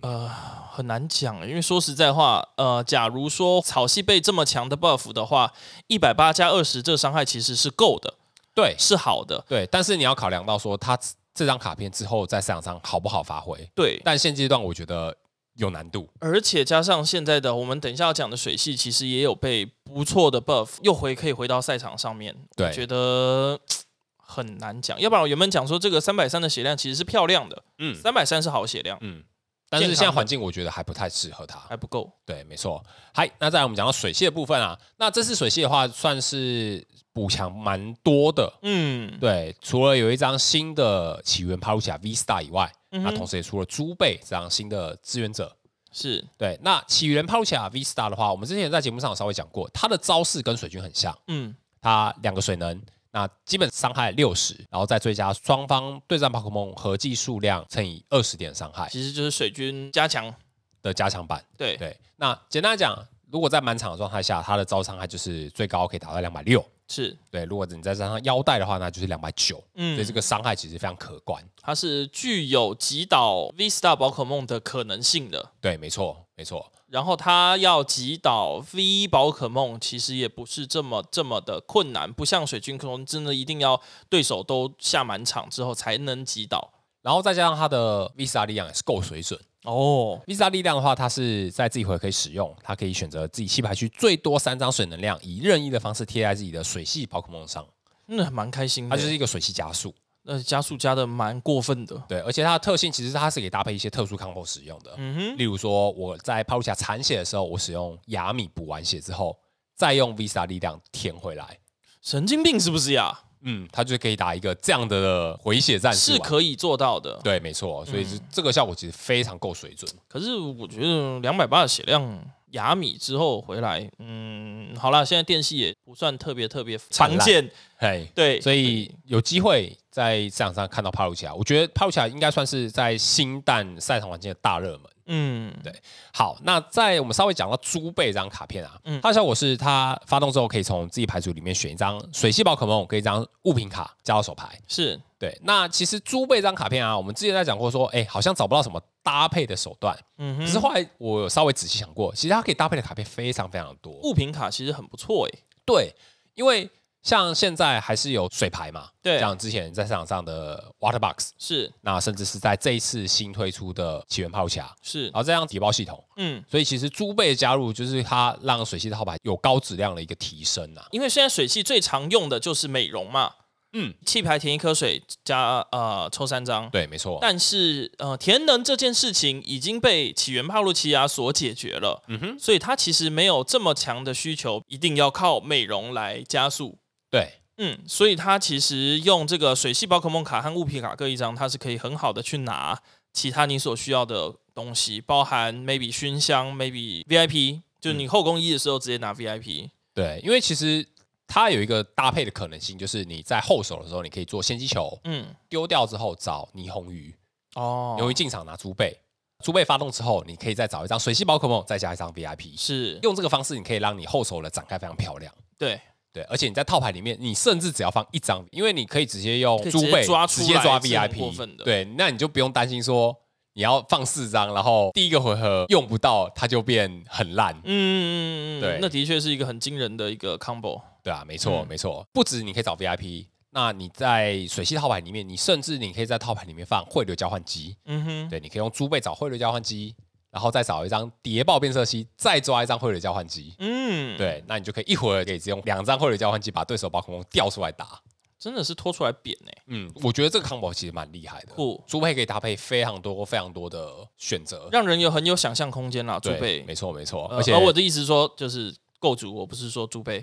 A: 很难讲欸，因为说实在话，呃，假如说草系被这么强的 buff 的话，一百八加二十这伤害其实是够的，
B: 对
A: 是好的。
B: 对，但是你要考量到说他这张卡片之后在赛场上好不好发挥。
A: 对，
B: 但现阶段我觉得有难度。
A: 而且加上现在的我们等一下要讲的水系，其实也有被不错的 buff，又回可以回到赛场上面，我
B: 对
A: 觉得嘖很难讲。要不然我原本讲说这个三百三的血量其实是漂亮的，
B: 嗯
A: 三百三是好血量，
B: 嗯，但是
A: 健
B: 现在
A: 康的
B: 环境我觉得还不太适合他。
A: 还不够。
B: 对，没错。嗨，那再来我们讲到水系的部分啊，那这次水系的话算是补强蛮多的。
A: 嗯，
B: 对，除了有一张新的起源帕鲁奇亚 V Star 以外，
A: 嗯
B: 那
A: 哼
B: 啊同时也出了猪贝这张新的志愿者。
A: 是，
B: 对，那起源帕鲁奇亚 V Star 的话，我们之前在节目上有稍微讲过，它的招式跟水军很像，
A: 嗯
B: 它两个水能，那基本伤害六十，然后再追加双方对战宝可梦合计数量乘以二十点伤害
A: 其实就是水军加强，
B: 的加强版。
A: 对，
B: 对，那简单来讲，如果在满场的状态下，它的招伤害就是最高可以达到两百六。
A: 是，
B: 对，如果你再加上腰带的话，那就是两百九，
A: 嗯
B: 所以这个伤害其实非常可观。
A: 它是具有击倒 V Star 宝可梦的可能性的。
B: 对，没错，没错，
A: 然后它要击倒 V 宝可梦，其实也不是这么这么的困难，不像水军可能真的一定要对手都下满场之后才能击倒。
B: 然后再加上它的 Visa 力量也是够水准。
A: 哦，
B: Visa 力量的话，它是在自己回合可以使用，它可以选择自己弃牌区最多三张水能量，以任意的方式贴在自己的水系宝可梦上，
A: 那蛮开心
B: 它
A: 的，
B: 就是一个水系加速。
A: 呃加速加的蛮过分的。
B: 对，而且它的特性其实它是可以搭配一些特殊 combo 使用的。
A: 嗯哼，
B: 例如说，我在帕鲁奇亚残血的时候，我使用雅米补完血之后，再用 Visa 力量填回来，
A: 神经病是不是呀？
B: 嗯，它就可以打一个这样的回血战
A: 是
B: 术、啊。
A: 可嗯以做到的，
B: 对，没错，所以是这个效果其实非常够水准。
A: 可是我觉得两百八的血量雅米之后回来，嗯，好啦，现在电系也不算特别特别
B: 灿
A: 常
B: 烂
A: 见，
B: 嘿，
A: 对，
B: 所以有机会在市场上看到帕鲁奇亚，我觉得帕鲁奇亚应该算是在新蛋赛场环境的大热门。
A: 嗯，
B: 对好，那在我们稍微讲到猪背这张卡片啊，
A: 嗯
B: 它的效果是它发动之后可以从自己牌组里面选一张水系宝可梦跟一张物品卡加到手牌。
A: 是，
B: 对，那其实猪背这张卡片啊，我们之前在讲过说，哎、好像找不到什么搭配的手段。
A: 嗯
B: 可是
A: 哼，
B: 后来我有稍微仔细想过，其实它可以搭配的卡片非常非常多。
A: 物品卡其实很不错诶、
B: 对，因为像现在还是有水牌嘛，
A: 对
B: 像之前在市场上的 Water Box，
A: 是
B: 那甚至是在这一次新推出的起源炮侠，
A: 是
B: 然，后再上底包系统，
A: 嗯，
B: 所以其实猪背的加入就是它让水系的号牌有高质量的一个提升啊呐、
A: 因为现在水系最常用的就是美容嘛，
B: 嗯，
A: 弃牌填一颗水加呃抽三张，
B: 对，没错，
A: 但是呃，田能这件事情已经被起源帕路奇亚所解决了，
B: 嗯哼，
A: 所以它其实没有这么强的需求，一定要靠美容来加速。
B: 对，
A: 嗯，所以它其实用这个水系宝可梦卡和物品卡各一张，它是可以很好的去拿其他你所需要的东西，包含 maybe 熏香，maybe VIP，就是
B: 嗯
A: 你后宫一的时候直接拿 VIP。
B: 对，因为其实它有一个搭配的可能性，就是你在后手的时候，你可以做先机球
A: 嗯，
B: 丢掉之后找霓虹鱼，
A: 哦
B: 霓虹鱼进场拿猪背，猪背发动之后，你可以再找一张水系宝可梦，再加一张 VIP，
A: 是，
B: 用这个方式，你可以让你后手的展开非常漂亮。
A: 对，
B: 对，而且你在套牌里面，你甚至只要放一张，因为你可以直接用
A: 可以直
B: 猪
A: 接
B: 背
A: 抓
B: 直
A: 出
B: 接
A: 来
B: 抓
A: 是很过分
B: VIP，
A: 的
B: 对，那你就不用担心说你要放四张，然后第一个回合用不到，它就变很烂。
A: 嗯，嗯嗯嗯
B: 对
A: 那的确是一个很惊人的一个 combo。
B: 对啊，没错、
A: 嗯
B: 没错，不止你可以找 VIP，那你在水系套牌里面，你甚至你可以在套牌里面放汇流交换机，
A: 嗯哼，
B: 对，你可以用猪背找汇流交换机，然后再找一张谍报变色机，再抓一张汇流交换机。
A: 嗯，，
B: 对，那你就可以一会儿可以只用两张汇流交换机把对手宝可梦调出来打。
A: 真的是拖出来扁哎、
B: 嗯，我觉得这个 combo 其实蛮厉害的。
A: 酷
B: 猪配可以搭配非常多非常多的选择，
A: 让人有很有想象空间啦，猪
B: 对
A: 背。
B: 没错没错，
A: 呃
B: 而且啊
A: 我的意思说就是构筑，我不是说猪背，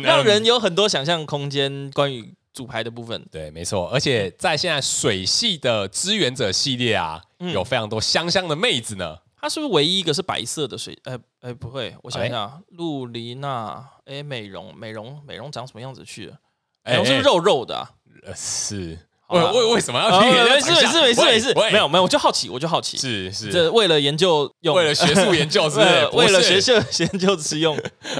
A: [LAUGHS] 让
B: 嗯
A: 人有很多想象空间关于组牌的部分。
B: 对没错，而且在现在水系的支援者系列啊，
A: 嗯
B: 有非常多香香的妹子呢。
A: 它是不是唯一一个是白色的水？呃呃，不会，我想一
B: 哎
A: 下，露丽娜，哎，美容，美容，美容长什么样子去了？
B: 哎
A: 美容是不是肉肉的啊？
B: 呃是，
A: 哎好
B: 为
A: 啦
B: 为为什么要
A: 啊
B: 听人家
A: 没事
B: 讲
A: 没
B: 香？
A: 事没事没事，
B: 喂
A: 没有没有，我就好奇，我就好奇，
B: 是是，
A: 这为了研究用，
B: 为了学术
A: [LAUGHS]
B: 研究是不
A: 为
B: 是
A: 了？为了
B: 不是
A: 学术 [LAUGHS] 研究之用。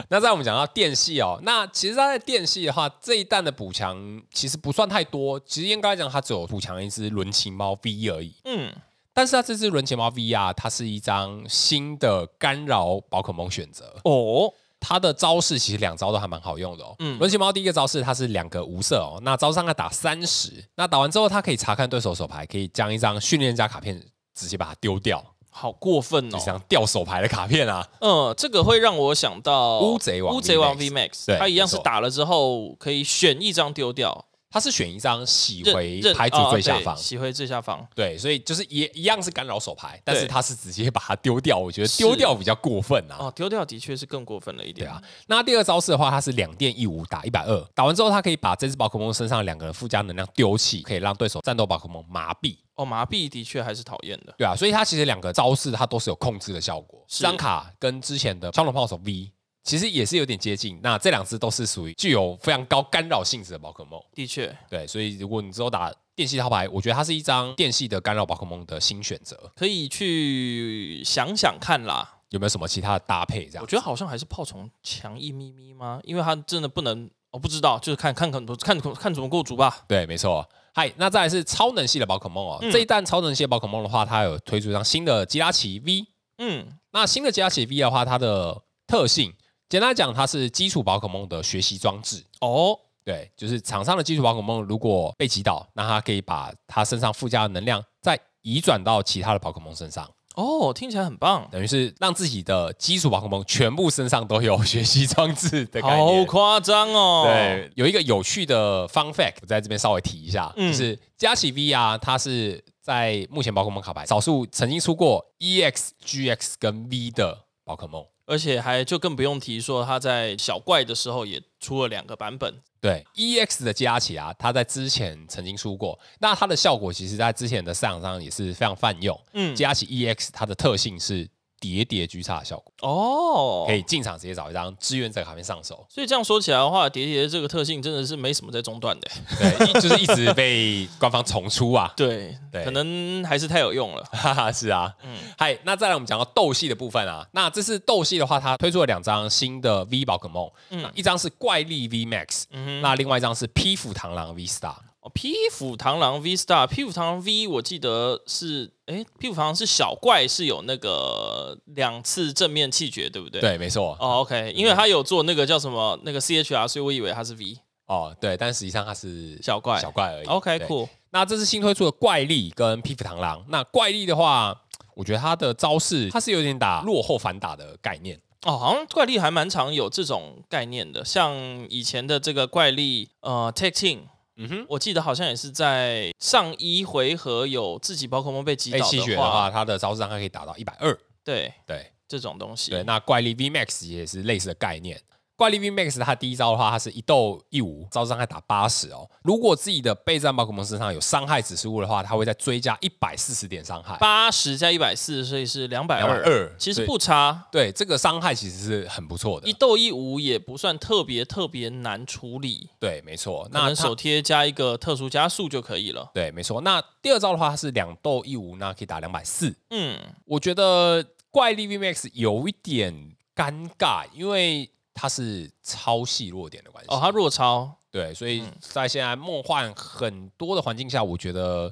B: 那在我们讲到电系哦，那其实它在电系的话，这一弹的补强其实不算太多，其实应该讲它只有补强一只轮琴猫 V 而已。
A: 嗯，
B: 但是它这只轮琴猫 V 啊，它是一张新的干扰宝可梦选择，
A: 哦，
B: 它的招式其实两招都还蛮好用的哦。
A: 嗯
B: 轮琴猫第一个招式它是两个无色哦，那招上它打三十，那打完之后它可以查看对手手牌，可以将一张训练家卡片直接把它丢掉，
A: 好过分
B: 就
A: 哦
B: 是！张掉手牌的卡片啊。
A: 嗯，这个会让我想到
B: 乌贼王
A: 乌贼王
B: VMAX
A: V Max，
B: 对
A: 它一样
B: 没
A: 是
B: 错
A: 打了之后可以选一张丢掉，
B: 它是选一张洗
A: 认
B: 回
A: 认
B: 牌组
A: 哦
B: 最下
A: 对
B: 方，
A: 洗回最下方。
B: 对，所以就是也一样是干扰手牌，但是
A: 对
B: 他是直接把它丢掉，我觉得
A: 是
B: 丢掉比较过分啊。
A: 哦，丢掉的确是更过分了一
B: 对
A: 点。
B: 啊，那第二招式的话，它是两电一五打一百二，打完之后，它可以把这只宝可梦身上两个附加能量丢弃，可以让对手战斗宝可梦麻痹。
A: 哦，麻痹的确还是讨厌的。
B: 对啊，所以它其实两个招式它都是有控制的效果。
A: 是
B: 这张卡跟之前的双龙炮手 V 其实也是有点接近，那这两只都是属于具有非常高干扰性质的宝可梦。
A: 的确，
B: 对，所以如果你之后打电系套牌，我觉得它是一张电系的干扰宝可梦的新选择。
A: 可以去想想看啦。
B: 有没有什么其他的搭配？这样
A: 我觉得好像还是炮虫强一咪咪吗？因为它真的不能，我、不知道，就是看看看看看怎么构筑吧。
B: 对，没错。嗨，那再来是超能系的宝可梦哦。
A: 嗯
B: 这一弹超能系的宝可梦的话，它有推出一张新的吉拉奇 V。
A: 嗯，
B: 那新的吉拉奇 V 的话，它的特性简单来讲，它是基础宝可梦的学习装置。
A: 哦，
B: 对，就是场上的基础宝可梦如果被击倒，那它可以把它身上附加的能量再移转到其他的宝可梦身上，
A: 哦，听起来很棒，
B: 等于是让自己的基础宝可梦全部身上都有学习装置的概
A: 好
B: 念。
A: 夸张哦。，
B: 对，有一个有趣的 fun fact，我在这边稍微提一下，
A: 嗯
B: 就是佳琪 V 啊，它是在目前宝可梦卡牌少数曾经出过 E EX、GX 跟 V 的宝可梦。
A: 而且还就更不用提说他在小怪的时候也出了两个版本。
B: 对，EX 的佳琪啊，它在之前曾经出过，那 E 它的效果其实在之前的市场上也是非常泛用。
A: 嗯
B: 佳琪 EX 它的特性是叠叠狙杀的效果，
A: 哦，
B: 可以进场直接找一张志愿者卡片上手。
A: 所以这样说起来的话，叠叠这个特性真的是没什么在中断的。
B: 对，一 [LAUGHS] 就是一直被官方重出啊。
A: 对，
B: 对
A: 可能还是太有用了。
B: 哈哈，是啊，嗯，嗨，那再来我们讲到斗戏的部分啊，那这次斗戏的话，它推出了两张新的 V 宝可梦，嗯，一张是怪力 V Max，嗯，那另外一张是披斧螳螂 V Star，
A: 哦，披斧螳螂 V Star，披斧螳螂 V，我记得是，哎，披斧螳螂是小怪，是有那个两次正面气绝，对不对？。
B: 对，没错，
A: 哦，OK，因为他有做那个叫什么那个 CHR，所以我以为他是 V
B: 哦，对，但实际上它是
A: 小怪
B: 小怪而已。
A: OK，
B: 对
A: cool
B: 那这是新推出的怪力跟皮肤螳螂。那怪力的话，我觉得它的招式它是有点打落后反打的概念。
A: 哦，好像怪力还蛮常有这种概念的，像以前的这个怪力呃 Tag Team。
B: 嗯哼，
A: 我记得好像也是在上一回合有自己宝可梦被击倒
B: 被吸血
A: 的
B: 的话，
A: 话，
B: 它的招式伤害可以打到一百二。
A: 对
B: 对
A: 这种东西，
B: 对，那怪力 V Max 也是类似的概念。怪力 V Max 它第一招的话，它是一斗一五，招式伤害打八十哦。如果自己的备战宝可梦身上有伤害指示物的话，它会再追加一百四十点伤害，
A: 八十加一百四，所以是两百二，
B: 222
A: 其实
B: 对
A: 不差。
B: 对这个伤害其实是很不错的
A: 一。斗一五也不算特别特别难处理，
B: 对，没错。
A: 那
B: 那它
A: 手贴加一个特殊加速就可以了。
B: 对，没错。那第二招的话，它是两斗一无，那可以打两百四。
A: 嗯，
B: 我觉得怪力 V Max 有一点尴尬，因为它是超细弱点的关系。
A: 哦，它嗯弱超，
B: 对，所以在现在梦幻很多的环境下，我觉得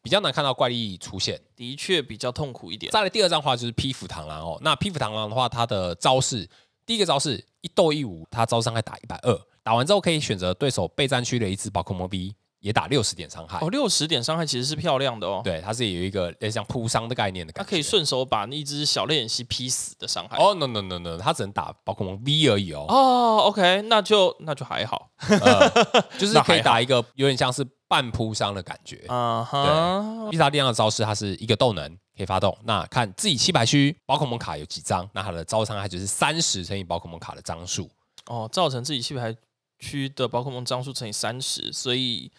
B: 比较难看到怪力出现。
A: 的确比较痛苦一点。
B: 再来第二张的话就是披斧螳螂哦。那披斧螳螂的话，它的招式第一个招式一斗一舞，它招伤害打一百二，打完之后可以选择对手备战区的一只宝可梦 B，也打六十点伤害。
A: 哦，六十点伤害其实是漂亮的哦，
B: 对，它是有一个类似像扑伤的概念的
A: 它
B: 感觉。
A: 可以顺手把那一只小烈眼蜥劈死的伤害。
B: 哦、n o no no no，它只能打宝可梦 V 而已哦，
A: 哦，OK，那就那就还好。 [LAUGHS]
B: 呃就是
A: 那
B: 可以
A: 还
B: 打一个有点像是半扑伤的感觉。
A: 啊哈，
B: 必杀力量的招式，它是一个动能可以发动。那看自己七百区宝可梦卡有几张，那它的招伤害就是三十乘以宝可梦卡的张数。
A: 哦，造成自己弃牌区的宝可梦张数乘以三十，所以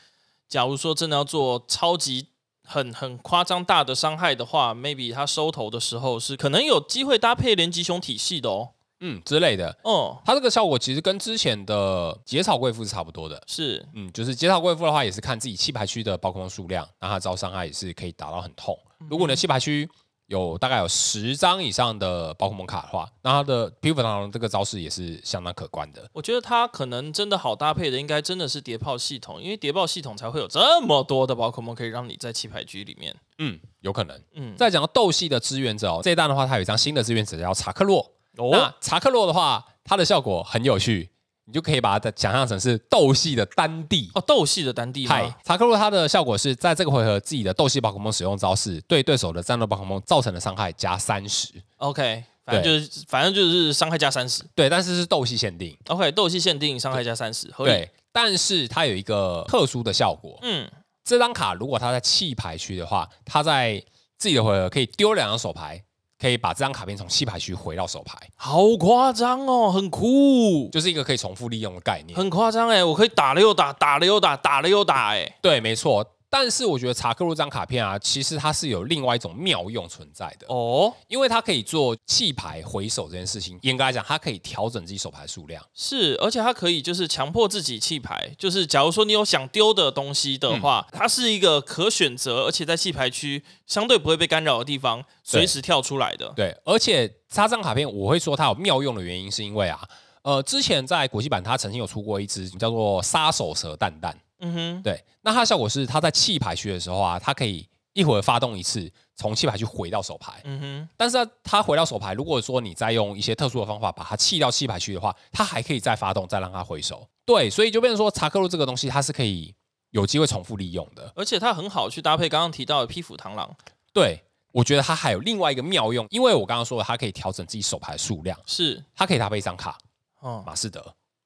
A: 假如说真的要做超级很很夸张大的伤害的话，maybe 他收头的时候是可能有机会搭配连吉熊体系的哦。
B: 嗯，之类的，
A: 哦，
B: 它这个效果其实跟之前的结草贵妇是差不多的。
A: 是
B: 嗯，就是结草贵妇的话，也是看自己弃牌区的宝可梦数量，那它的招伤害也是可以打到很痛。
A: 嗯
B: 如果你的弃牌区有大概有十张以上的宝可梦卡的话，那它的皮肤螳螂这个招式也是相当可观的。
A: 我觉得它可能真的好搭配的，应该真的是谍报系统，因为谍报系统才会有这么多的宝可梦可以让你在弃牌区里面。
B: 嗯，有可能。
A: 嗯，
B: 再讲到斗系的支援者哦，这一弹的话，它有一张新的支援者叫查克洛。
A: 哦
B: 那，查克洛的话，它的效果很有趣，你就可以把它想象成是斗系的单地。
A: 哦，斗系的单地吗？
B: 嗨，查克洛它的效果是在这个回合自己的斗系宝可梦使用招式对对手的战斗宝可梦造成的伤害加三十，
A: OK，反正就是反正就是伤害加三十。
B: 对，但是是斗系限定，
A: OK，斗系限定伤害加三十，合理。
B: 对，但是它有一个特殊的效果，
A: 嗯，
B: 这张卡如果它在弃牌区的话，它在自己的回合可以丢两张手牌，可以把这张卡片从弃牌区回到手牌，
A: 好夸张哦，很酷，
B: 就是一个可以重复利用的概念。
A: 很夸张哎！我可以打了又打，打了又打，打了又打哎、
B: 对，没错。但是我觉得查克路这张卡片啊，其实它是有另外一种妙用存在的，
A: 哦，
B: 因为它可以做弃牌回手这件事情。严格来讲，它可以调整自己手牌数量。
A: 是，而且它可以就是强迫自己弃牌，就是假如说你有想丢的东西的话，
B: 嗯
A: 它是一个可选择，而且在弃牌区相对不会被干扰的地方，随时跳出来的。
B: 对，而且它这张卡片我会说它有妙用的原因，是因为啊，呃，之前在国际版它曾经有出过一只叫做杀手蛇蛋蛋，
A: 嗯哼，
B: 对，那它的效果是它在弃牌区的时候啊，它可以一会儿发动一次，从弃牌区回到手牌。
A: 嗯哼，
B: 但是它它回到手牌，如果说你再用一些特殊的方法把它弃到弃牌区的话，它还可以再发动，再让它回手。对，所以就变成说查克路这个东西，它是可以有机会重复利用的。
A: 而且它很好去搭配刚刚提到的披斧螳螂，
B: 对，我觉得它还有另外一个妙用，因为我刚刚说了，它可以调整自己手牌的数量，
A: 是，
B: 它可以搭配一张卡
A: 嗯，
B: 马士德，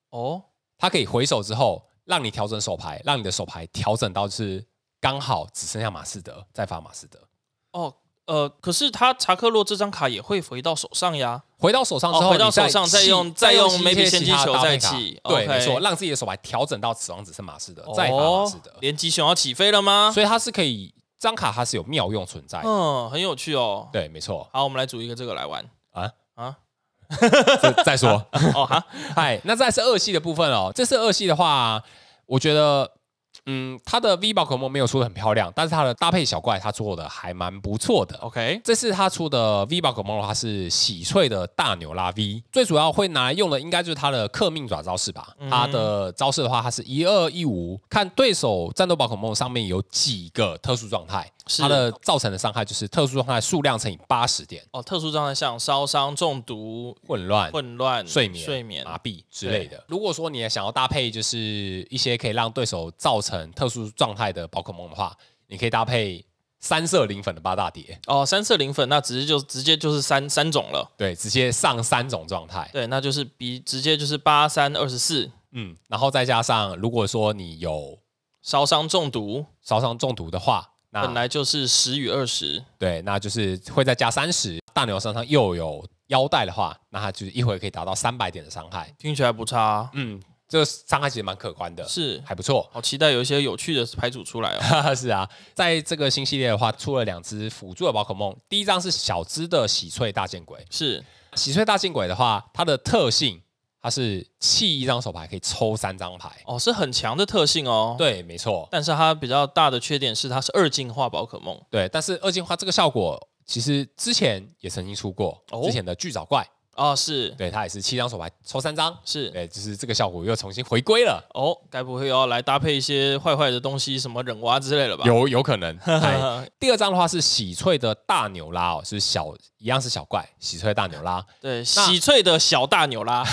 A: 哦，
B: 它可以回手之后让你调整手牌，让你的手牌调整到是刚好只剩下马士德，再发马士德。
A: 哦，呃，可是它查克洛这张卡也会回到手上呀。
B: 回到手上之后，
A: 哦回到
B: 你
A: 手上再
B: 弃
A: 用
B: 再
A: 再用
B: 一
A: maybe
B: 些
A: 先
B: 其
A: 机
B: 他
A: 球
B: 搭配
A: 再
B: 卡
A: 弃
B: 对，没
A: OK 哦
B: 错，呃让自己的手牌调整到死亡只剩马士德，再打马士德，
A: 连吉熊要起飞了吗？
B: 所以它是可以张卡它是有妙用存在的。
A: 嗯，很有趣哦。
B: 对，没错
A: 好，我们来组一个这个来
B: [LAUGHS]
A: 玩。
B: 啊
A: 啊
B: 啊，这再说， [LAUGHS]
A: 哦哈，
B: 嗨，那再是二系的部分哦。这次二系的话，我觉得，嗯，它的 V 宝可梦没有出的很漂亮，但是它的搭配小怪，它做的还蛮不错的。
A: OK，
B: 这次它出的 V 宝可梦的话是喜翠的大牛拉 V，最主要会拿来用的应该就是它的克命爪招式吧。
A: 嗯
B: 它的招式的话，它是一二一五，看对手战斗宝可梦上面有几个特殊状态，
A: 是
B: 它的造成的伤害就是特殊状态数量乘以八十点，
A: 哦，特殊状态像烧伤、中毒、
B: 混乱
A: 混乱、
B: 睡眠、啊
A: 睡眠
B: 麻痹之类的。如果说你也想要搭配，就是一些可以让对手造成特殊状态的宝可梦的话，你可以搭配三色磷粉的八大碟，
A: 哦，三色磷粉，那直接就直接就是三三种了。
B: 对，直接上三种状态，
A: 对，那就是比直接就是八三二十四，
B: 嗯，然后再加上如果说你有
A: 烧伤、中毒，
B: 烧伤中毒的话，
A: 本
B: 那
A: 来就是十与二十。
B: 对，那就是会再加三十。大牛身上又有腰带的话，那它就是一回可以达到三百点的伤害，
A: 听起来不差啊、
B: 嗯，这个伤害其实蛮可观的，
A: 是
B: 还
A: [LAUGHS]
B: 不错。
A: 好期待有一些有趣的牌组出来哦。
B: [LAUGHS] 哈哈，是啊，在这个新系列的话，出了两只辅助的宝可梦。第一张是小只的喜翠大剑鬼，
A: 是
B: 喜翠大剑鬼的话，它的特性它是弃一张手牌可以抽三张牌。
A: 哦，是很强的特性哦。，
B: 对，没错，
A: 但是它比较大的缺点是它是二进化宝可梦。
B: 对。但是二进化这个效果，其实之前也曾经出过，
A: 哦
B: 之前的巨爪怪，
A: 哦，是
B: 对，它也是七张手牌抽三张，
A: 是
B: 对，就是这个效果又重新回归了，
A: 哦，该不会又要来搭配一些坏坏的东西，什么忍蛙之类了吧？ [LAUGHS]
B: 有有可能。嗨
A: 有
B: 第二张的话是喜翠的大牛拉哦，是小一样是小怪，喜翠大牛
A: [LAUGHS]
B: 拉
A: [LAUGHS] 对，喜翠的小大牛 [LAUGHS] 拉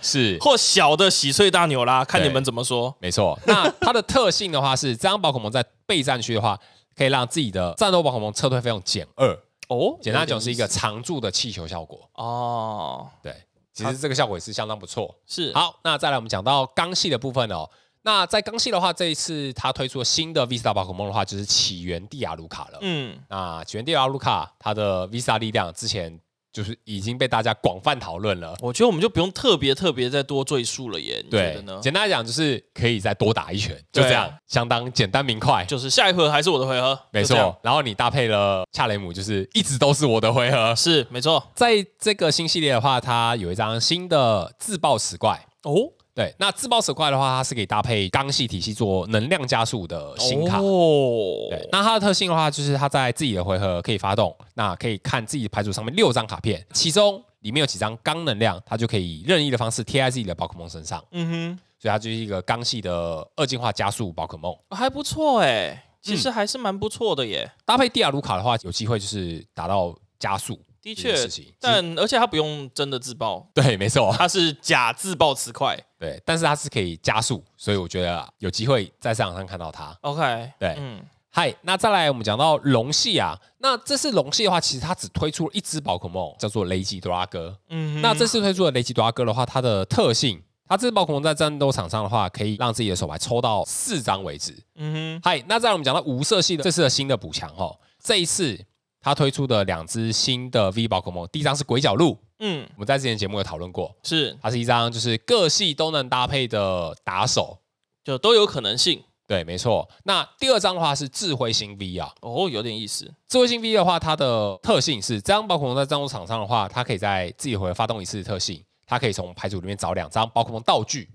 B: 是
A: 或小的喜翠大牛拉，看你们怎么说。
B: 没错，那它的特性的话是，这张宝可梦在备战区的话，可以让自己的战斗宝可梦撤退费用减二。
A: 哦，
B: 简单
A: 有点
B: 讲是一个
A: 意思
B: 常驻的气球效果。
A: 哦，
B: 对，其实这个效果也是相当不错。
A: 是
B: 好，那再来我们讲到钢系的部分哦。那在钢系的话，这一次它推出了新的 Vista 宝可梦的话，就是起源蒂亚卢卡了。
A: 嗯，
B: 那起源蒂亚卢卡它的 Vista 力量之前就是已经被大家广泛讨论了。
A: 我觉得我们就不用特别特别再多赘述了耶，你嗯觉
B: 对
A: 得呢，？
B: 简单来讲就是可以再多打一拳，就
A: 对啊
B: 这样，相当简单明快。
A: 就是下一回合还是我的回合，
B: 没
A: 就这样
B: 错，，然后你搭配了恰雷姆，就是一直都是我的回合。
A: 是没错。
B: 在这个新系列的话，它有一张新的自爆石怪。
A: 哦，
B: 对，那自爆石怪的话，它是可以搭配钢系体系做能量加速的新卡。
A: 哦，
B: 对，那它的特性的话，就是它在自己的回合可以发动，那可以看自己牌组上面六张卡片，其中里面有几张钢能量，它就可以以任意的方式贴在自己的宝可梦身上，
A: 嗯
B: 所以它就是一个钢系的二进化加速宝可梦。
A: 哦哼，还不错哎，其实还是蛮不错的耶，
B: 搭配蒂亚卢卡的话，有机会就是达到加速
A: 的
B: 这件
A: 确
B: 事。情。
A: 但而且它不用真的自爆，
B: 对，没错，
A: 它是假自爆磁块。
B: 对，但是它是可以加速，所以我觉得有机会在赛场上看到它。
A: OK，
B: 对
A: 嗯，
B: 嗨，那再来我们讲到龙系啊，那这次龙系的话，其实它只推出了一只宝可梦，叫做雷吉多拉哥。
A: 嗯哼
B: 那这次推出的雷吉多拉哥的话，它的特性，它这只宝可梦在战斗场上的话，可以让自己的手牌抽到四张为止。
A: 嗯哼，
B: 嗨，那再来我们讲到无色系的这次的新的补强哦，这一次它推出的两只新的 V 宝可梦，第一张是鬼角鹿，
A: 嗯，
B: 我们在之前节目有讨论过，
A: 是
B: 它是一张就是各系都能搭配的打手。
A: 就都有可能性
B: 对，没错。那第二张的话是智慧星 V 啊，
A: 哦，有点意思。
B: 智慧星 V 的话，它的特性是这张宝可梦在战斗场上的话，它可以在自己回合发动一次的特性，它可以从牌组里面找两张宝可梦道具，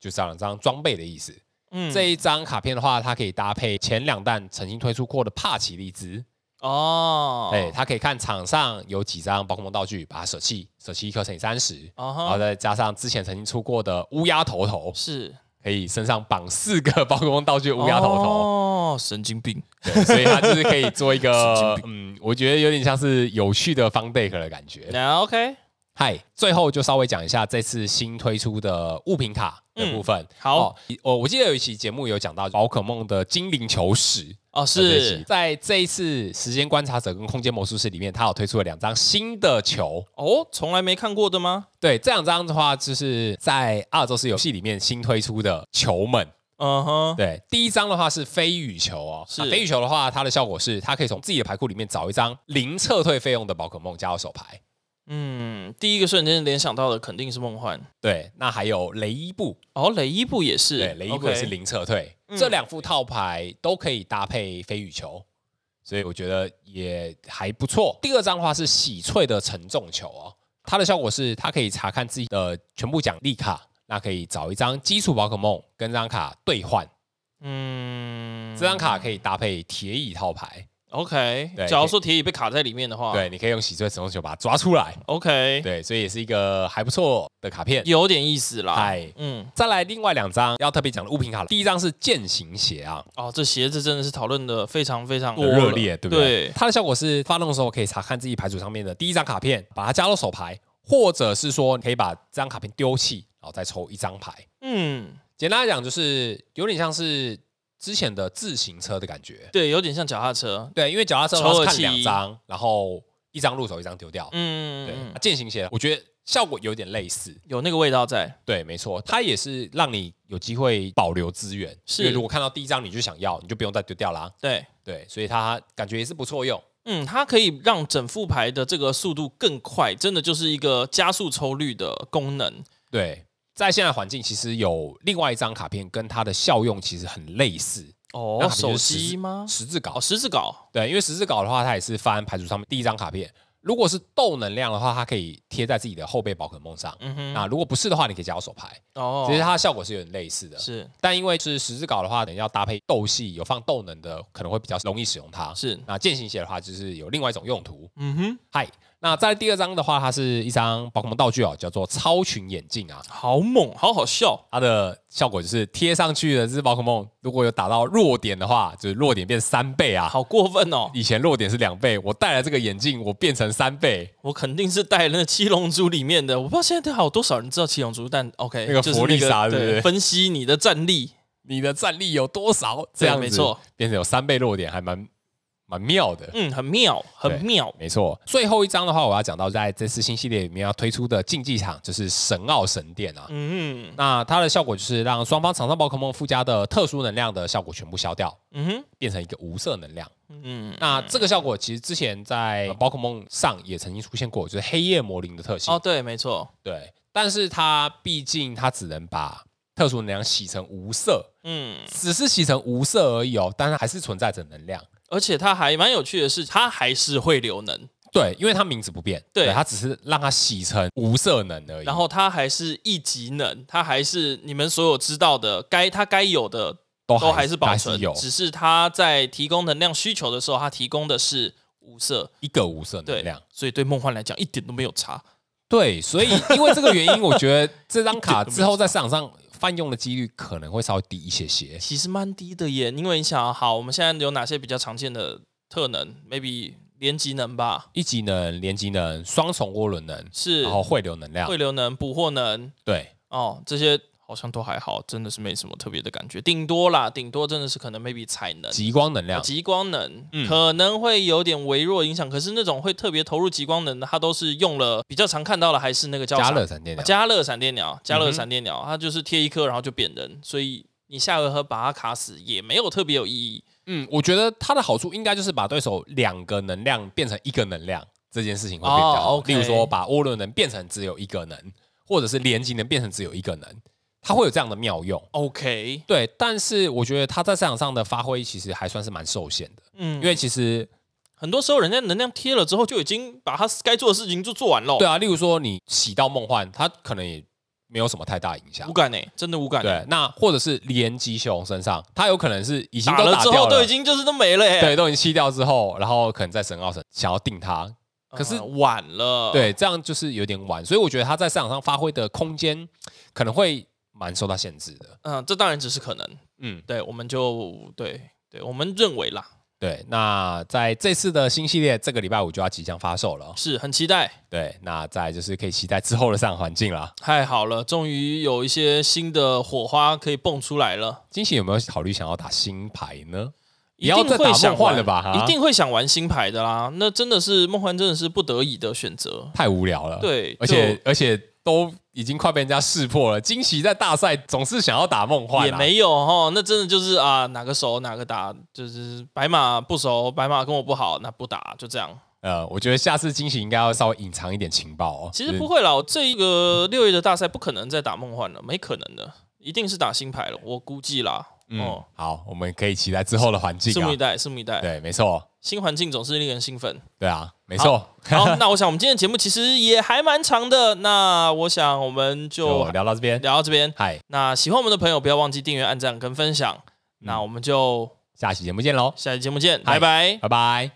B: 就找两张装备的意思。
A: 嗯，
B: 这一张卡片的话，它可以搭配前两弹曾经推出过的帕奇利兹，
A: 哦，
B: 哎、它可以看场上有几张宝可梦道具，把它舍弃，舍弃一颗乘以三十。
A: 啊
B: 然后
A: 哈，
B: 再加上之前曾经出过的乌鸦头头，
A: 是
B: 可以身上绑四个宝可梦道具的乌鸦头头，
A: 哦，神经病，
B: 对，所以它就是可以做一
A: [LAUGHS] 神
B: 个
A: 经，
B: 嗯，我觉得有点像是有趣的 fun deck 的感觉。
A: 那 OK，
B: 嗨，最后就稍微讲一下这次新推出的物品卡的部分。
A: 好
B: 哦，我我记得有一期节目有讲到宝可梦的精灵球石，
A: 哦，
B: 这一期
A: 是
B: 在这一次时间观察者跟空间魔术师里面，它有推出了两张新的球。
A: 哦，从来没看过的吗？
B: 对，这两张的话，就是在阿尔宙斯游戏里面新推出的球们。
A: 嗯哼，
B: [LAUGHS] 对，第一张的话是飞羽球哦，
A: 是
B: 那飞羽球的话，它的效果是它可以从自己的牌库里面找一张零撤退费用的宝可梦加到手牌，
A: 嗯，第一个瞬间联想到的肯定是梦幻，
B: 对，那还有雷伊布，
A: 哦，雷伊布也是，
B: 对，雷伊布也是
A: OK 嗯
B: 零撤退，这两副套牌都可以搭配飞羽球，所以我觉得也还不错。第二张的话是喜翠的承重球哦，它的效果是它可以查看自己的全部奖励卡，那可以找一张基础宝可梦跟这张卡兑换，
A: 嗯，
B: 这张卡可以搭配铁椅套牌，
A: OK，
B: 对
A: 假如说铁椅被卡在里面的话，
B: 对，你可以用喜翠承重球把它抓出来，
A: 啊，OK，
B: 对，所以也是一个还不错的卡片。
A: 有点意思啦。
B: 嗨
A: 嗯，
B: 再来另外两张要特别讲的物品卡了，第一张是践行鞋啊，
A: 哦，这鞋子真的是讨论的非常非常多
B: 多
A: 了
B: 热烈，对不对？它的效果是发动的时候可以查看自己牌组上面的第一张卡片，把它加到手牌，或者是说你可以把这张卡片丢弃，然后再抽一张牌。
A: 嗯，
B: 简单来讲，就是有点像是之前的自行车的感觉。
A: 对，有点像脚踏车。
B: 对，因为脚踏车的话是
A: 抽二
B: 看
A: 七
B: 两张，然后一张入手，一张丢掉。
A: 嗯，
B: 对，
A: 嗯
B: 啊践行鞋我觉得效果有点类似。
A: 有那个味道在。
B: 对，没错，它也是让你有机会保留资源。
A: 是
B: 因为如果看到第一张你就想要，你就不用再丢掉啦。
A: 对，
B: 对，所以它感觉也是不错用。
A: 嗯，它可以让整副牌的这个速度更快，真的就是一个加速抽率的功能。
B: 对，在现在环境其实有另外一张卡片跟它的效用其实很类似，那
A: 哦，
B: 卡片
A: 手
B: 就是十字
A: 机吗？
B: 十字镐
A: 哦，。十字镐。
B: 对，因为十字镐的话，它也是翻牌组上面第一张卡片。如果是豆能量的话，它可以贴在自己的后背宝可梦上。
A: 嗯哼，
B: 那如果不是的话，你可以加到手牌。
A: 哦，
B: 其实它的效果是有点类似的，
A: 是
B: 但因为是十字镐的话，等要搭配豆系有放豆能的，可能会比较容易使用它。
A: 是，
B: 那剑行鞋的话，就是有另外一种用途。
A: 嗯哼，
B: 嗨，那在第二张的话，它是一张宝可梦道具哦，叫做超群眼镜啊。
A: 好猛，好好笑。
B: 它的效果就是贴上去的这只宝可梦，如果有打到弱点的话，就是弱点变三倍啊。
A: 好过分哦！
B: 以前弱点是两倍，我戴了这个眼镜，我变成三倍，
A: 我肯定是带了那《七龙珠》里面的，我不知道现在还有多少人知道《七龙珠》，但 OK，
B: 那个
A: 就是
B: 佛利萨
A: 那个
B: 对不对
A: 分析你的战力，
B: 你的战力有多少？这样子
A: 没错，
B: 变成有三倍弱点，还蛮蛮妙的。
A: 嗯，很妙，很妙。
B: 没错，最后一张的话，我要讲到在这次新系列里面要推出的竞技场，就是神奥神殿啊。
A: 嗯
B: 那它的效果就是让双方场上宝可梦附加的特殊能量的效果全部消掉，
A: 嗯哼，
B: 变成一个无色能量。
A: 嗯，
B: 那这个效果其实之前在呃宝可梦上也曾经出现过，就是黑夜魔灵的特性。
A: 哦，对，没错，
B: 对，但是它毕竟它只能把特殊能量洗成无色，
A: 嗯，
B: 只是洗成无色而已哦，但它还是存在着能量。
A: 而且它还蛮有趣的是，它还是会流能，
B: 对，因为它名字不变，
A: 对
B: 它只是让它洗成无色能而已。
A: 然后它还是一级能，它还是你们所有知道的该它该有的
B: 都
A: 都还是保
B: 还
A: 存
B: 是有，
A: 只是它在提供能量需求的时候，它提供的是无色，
B: 一个无色能
A: 对
B: 量。，
A: 所以对梦幻来讲一点都没有差。
B: 对，所以因为这个原因，我觉得这张卡之后在市场上泛用的几率可能会稍微低一些些。
A: 其实蛮低的耶，因为你想啊，好，我们现在有哪些比较常见的特能？maybe 连级能吧，
B: 一级能、连级能、双重涡轮能，
A: 是
B: 然后汇流能量
A: 汇，流能、捕获能，
B: 对，
A: 哦，这些好像都还好，真的是没什么特别的感觉，顶多啦，顶多真的是可能 maybe 采能。呃
B: 极光能量，
A: 极光能、
B: 嗯
A: 可能会有点微弱影响，可是那种会特别投入极光能的，它都是用了比较常看到的，还是那个叫
B: 加
A: 啥
B: 热闪
A: 啊
B: 电量，
A: 加热闪电鸟，加热
B: 嗯哼
A: 闪电鸟，它就是贴一颗然后就变人，所以你下回合把它卡死也没有特别有意义。
B: 嗯，我觉得它的好处应该就是把对手两个能量变成一个能量，这件事情会变比较好。
A: 哦，OK
B: 例如说，把涡轮能变成只有一个能，或者是连击能变成只有一个能，它会有这样的妙用。
A: OK，
B: 对，但是我觉得它在市场上的发挥其实还算是蛮受限的，
A: 嗯，
B: 因为其实
A: 很多时候人家能量贴了之后，就已经把他该做的事情就做完了。
B: 对啊，例如说你洗到梦幻，它可能也没有什么太大影响
A: 无。感呢、真的无感、欸。
B: 啊对，那或者是连击秀龙身上，它有可能是已经
A: 打
B: 都
A: 了
B: 打
A: 之
B: 掉
A: 后
B: 了，
A: 都已经就是都没了、欸，
B: 对，都已经弃掉之后，然后可能在神奥神想要定它，
A: 嗯，
B: 可是
A: 晚了。，
B: 对，这样就是有点晚，所以我觉得他在市场上发挥的空间可能会蛮受到限制的。
A: 嗯，这当然只是可能。
B: 嗯，
A: 对，我们就对对，我们认为啦，
B: 对。那在这次的新系列，这个礼拜五就要即将发售了。哦
A: 是很期待。
B: 对，那再来就是可以期待之后的市场环境啦。
A: 太好了，终于有一些新的火花可以蹦出来了。
B: 惊喜有没有考虑想要打新牌呢？
A: 一
B: 也要
A: 定
B: 再打
A: 会想
B: 梦幻
A: 玩
B: 了吧？哈
A: 一定会想玩新牌的啦。那真的是梦幻，真的是不得已的选择。
B: 太无聊了。，
A: 对，
B: 而且而且都已经快被人家识破了。惊喜在大赛总是想要打梦幻、啊，
A: 也没有哈，那真的就是啊，哪个熟哪个打，就是白马不熟，白马跟我不好，那不打就这样。
B: 呃，我觉得下次惊喜应该要稍微隐藏一点情报哦。
A: 其实不会啦，我这一个六月的大赛不可能再打梦幻了，没可能的，一定是打新牌了，我估计啦。
B: 嗯，
A: 哦，
B: 好，我们可以期待之后的环境
A: 拭目以
B: 啊。
A: 待，拭目以待。
B: 对，没错，哦
A: 新环境总是令人兴
B: [LAUGHS]
A: 奋。
B: 对啊，没错。
A: 好，那我想我们今天的节目其实也还蛮长的，那我想我们就
B: 就聊到这边，
A: 聊到这边。
B: 嗨，
A: 那喜欢我们的朋友，不要忘记订阅、按赞跟分享。那我们就
B: 下期节目见喽，
A: 下期节目见，拜
B: 嗨
A: 拜。
B: 拜拜。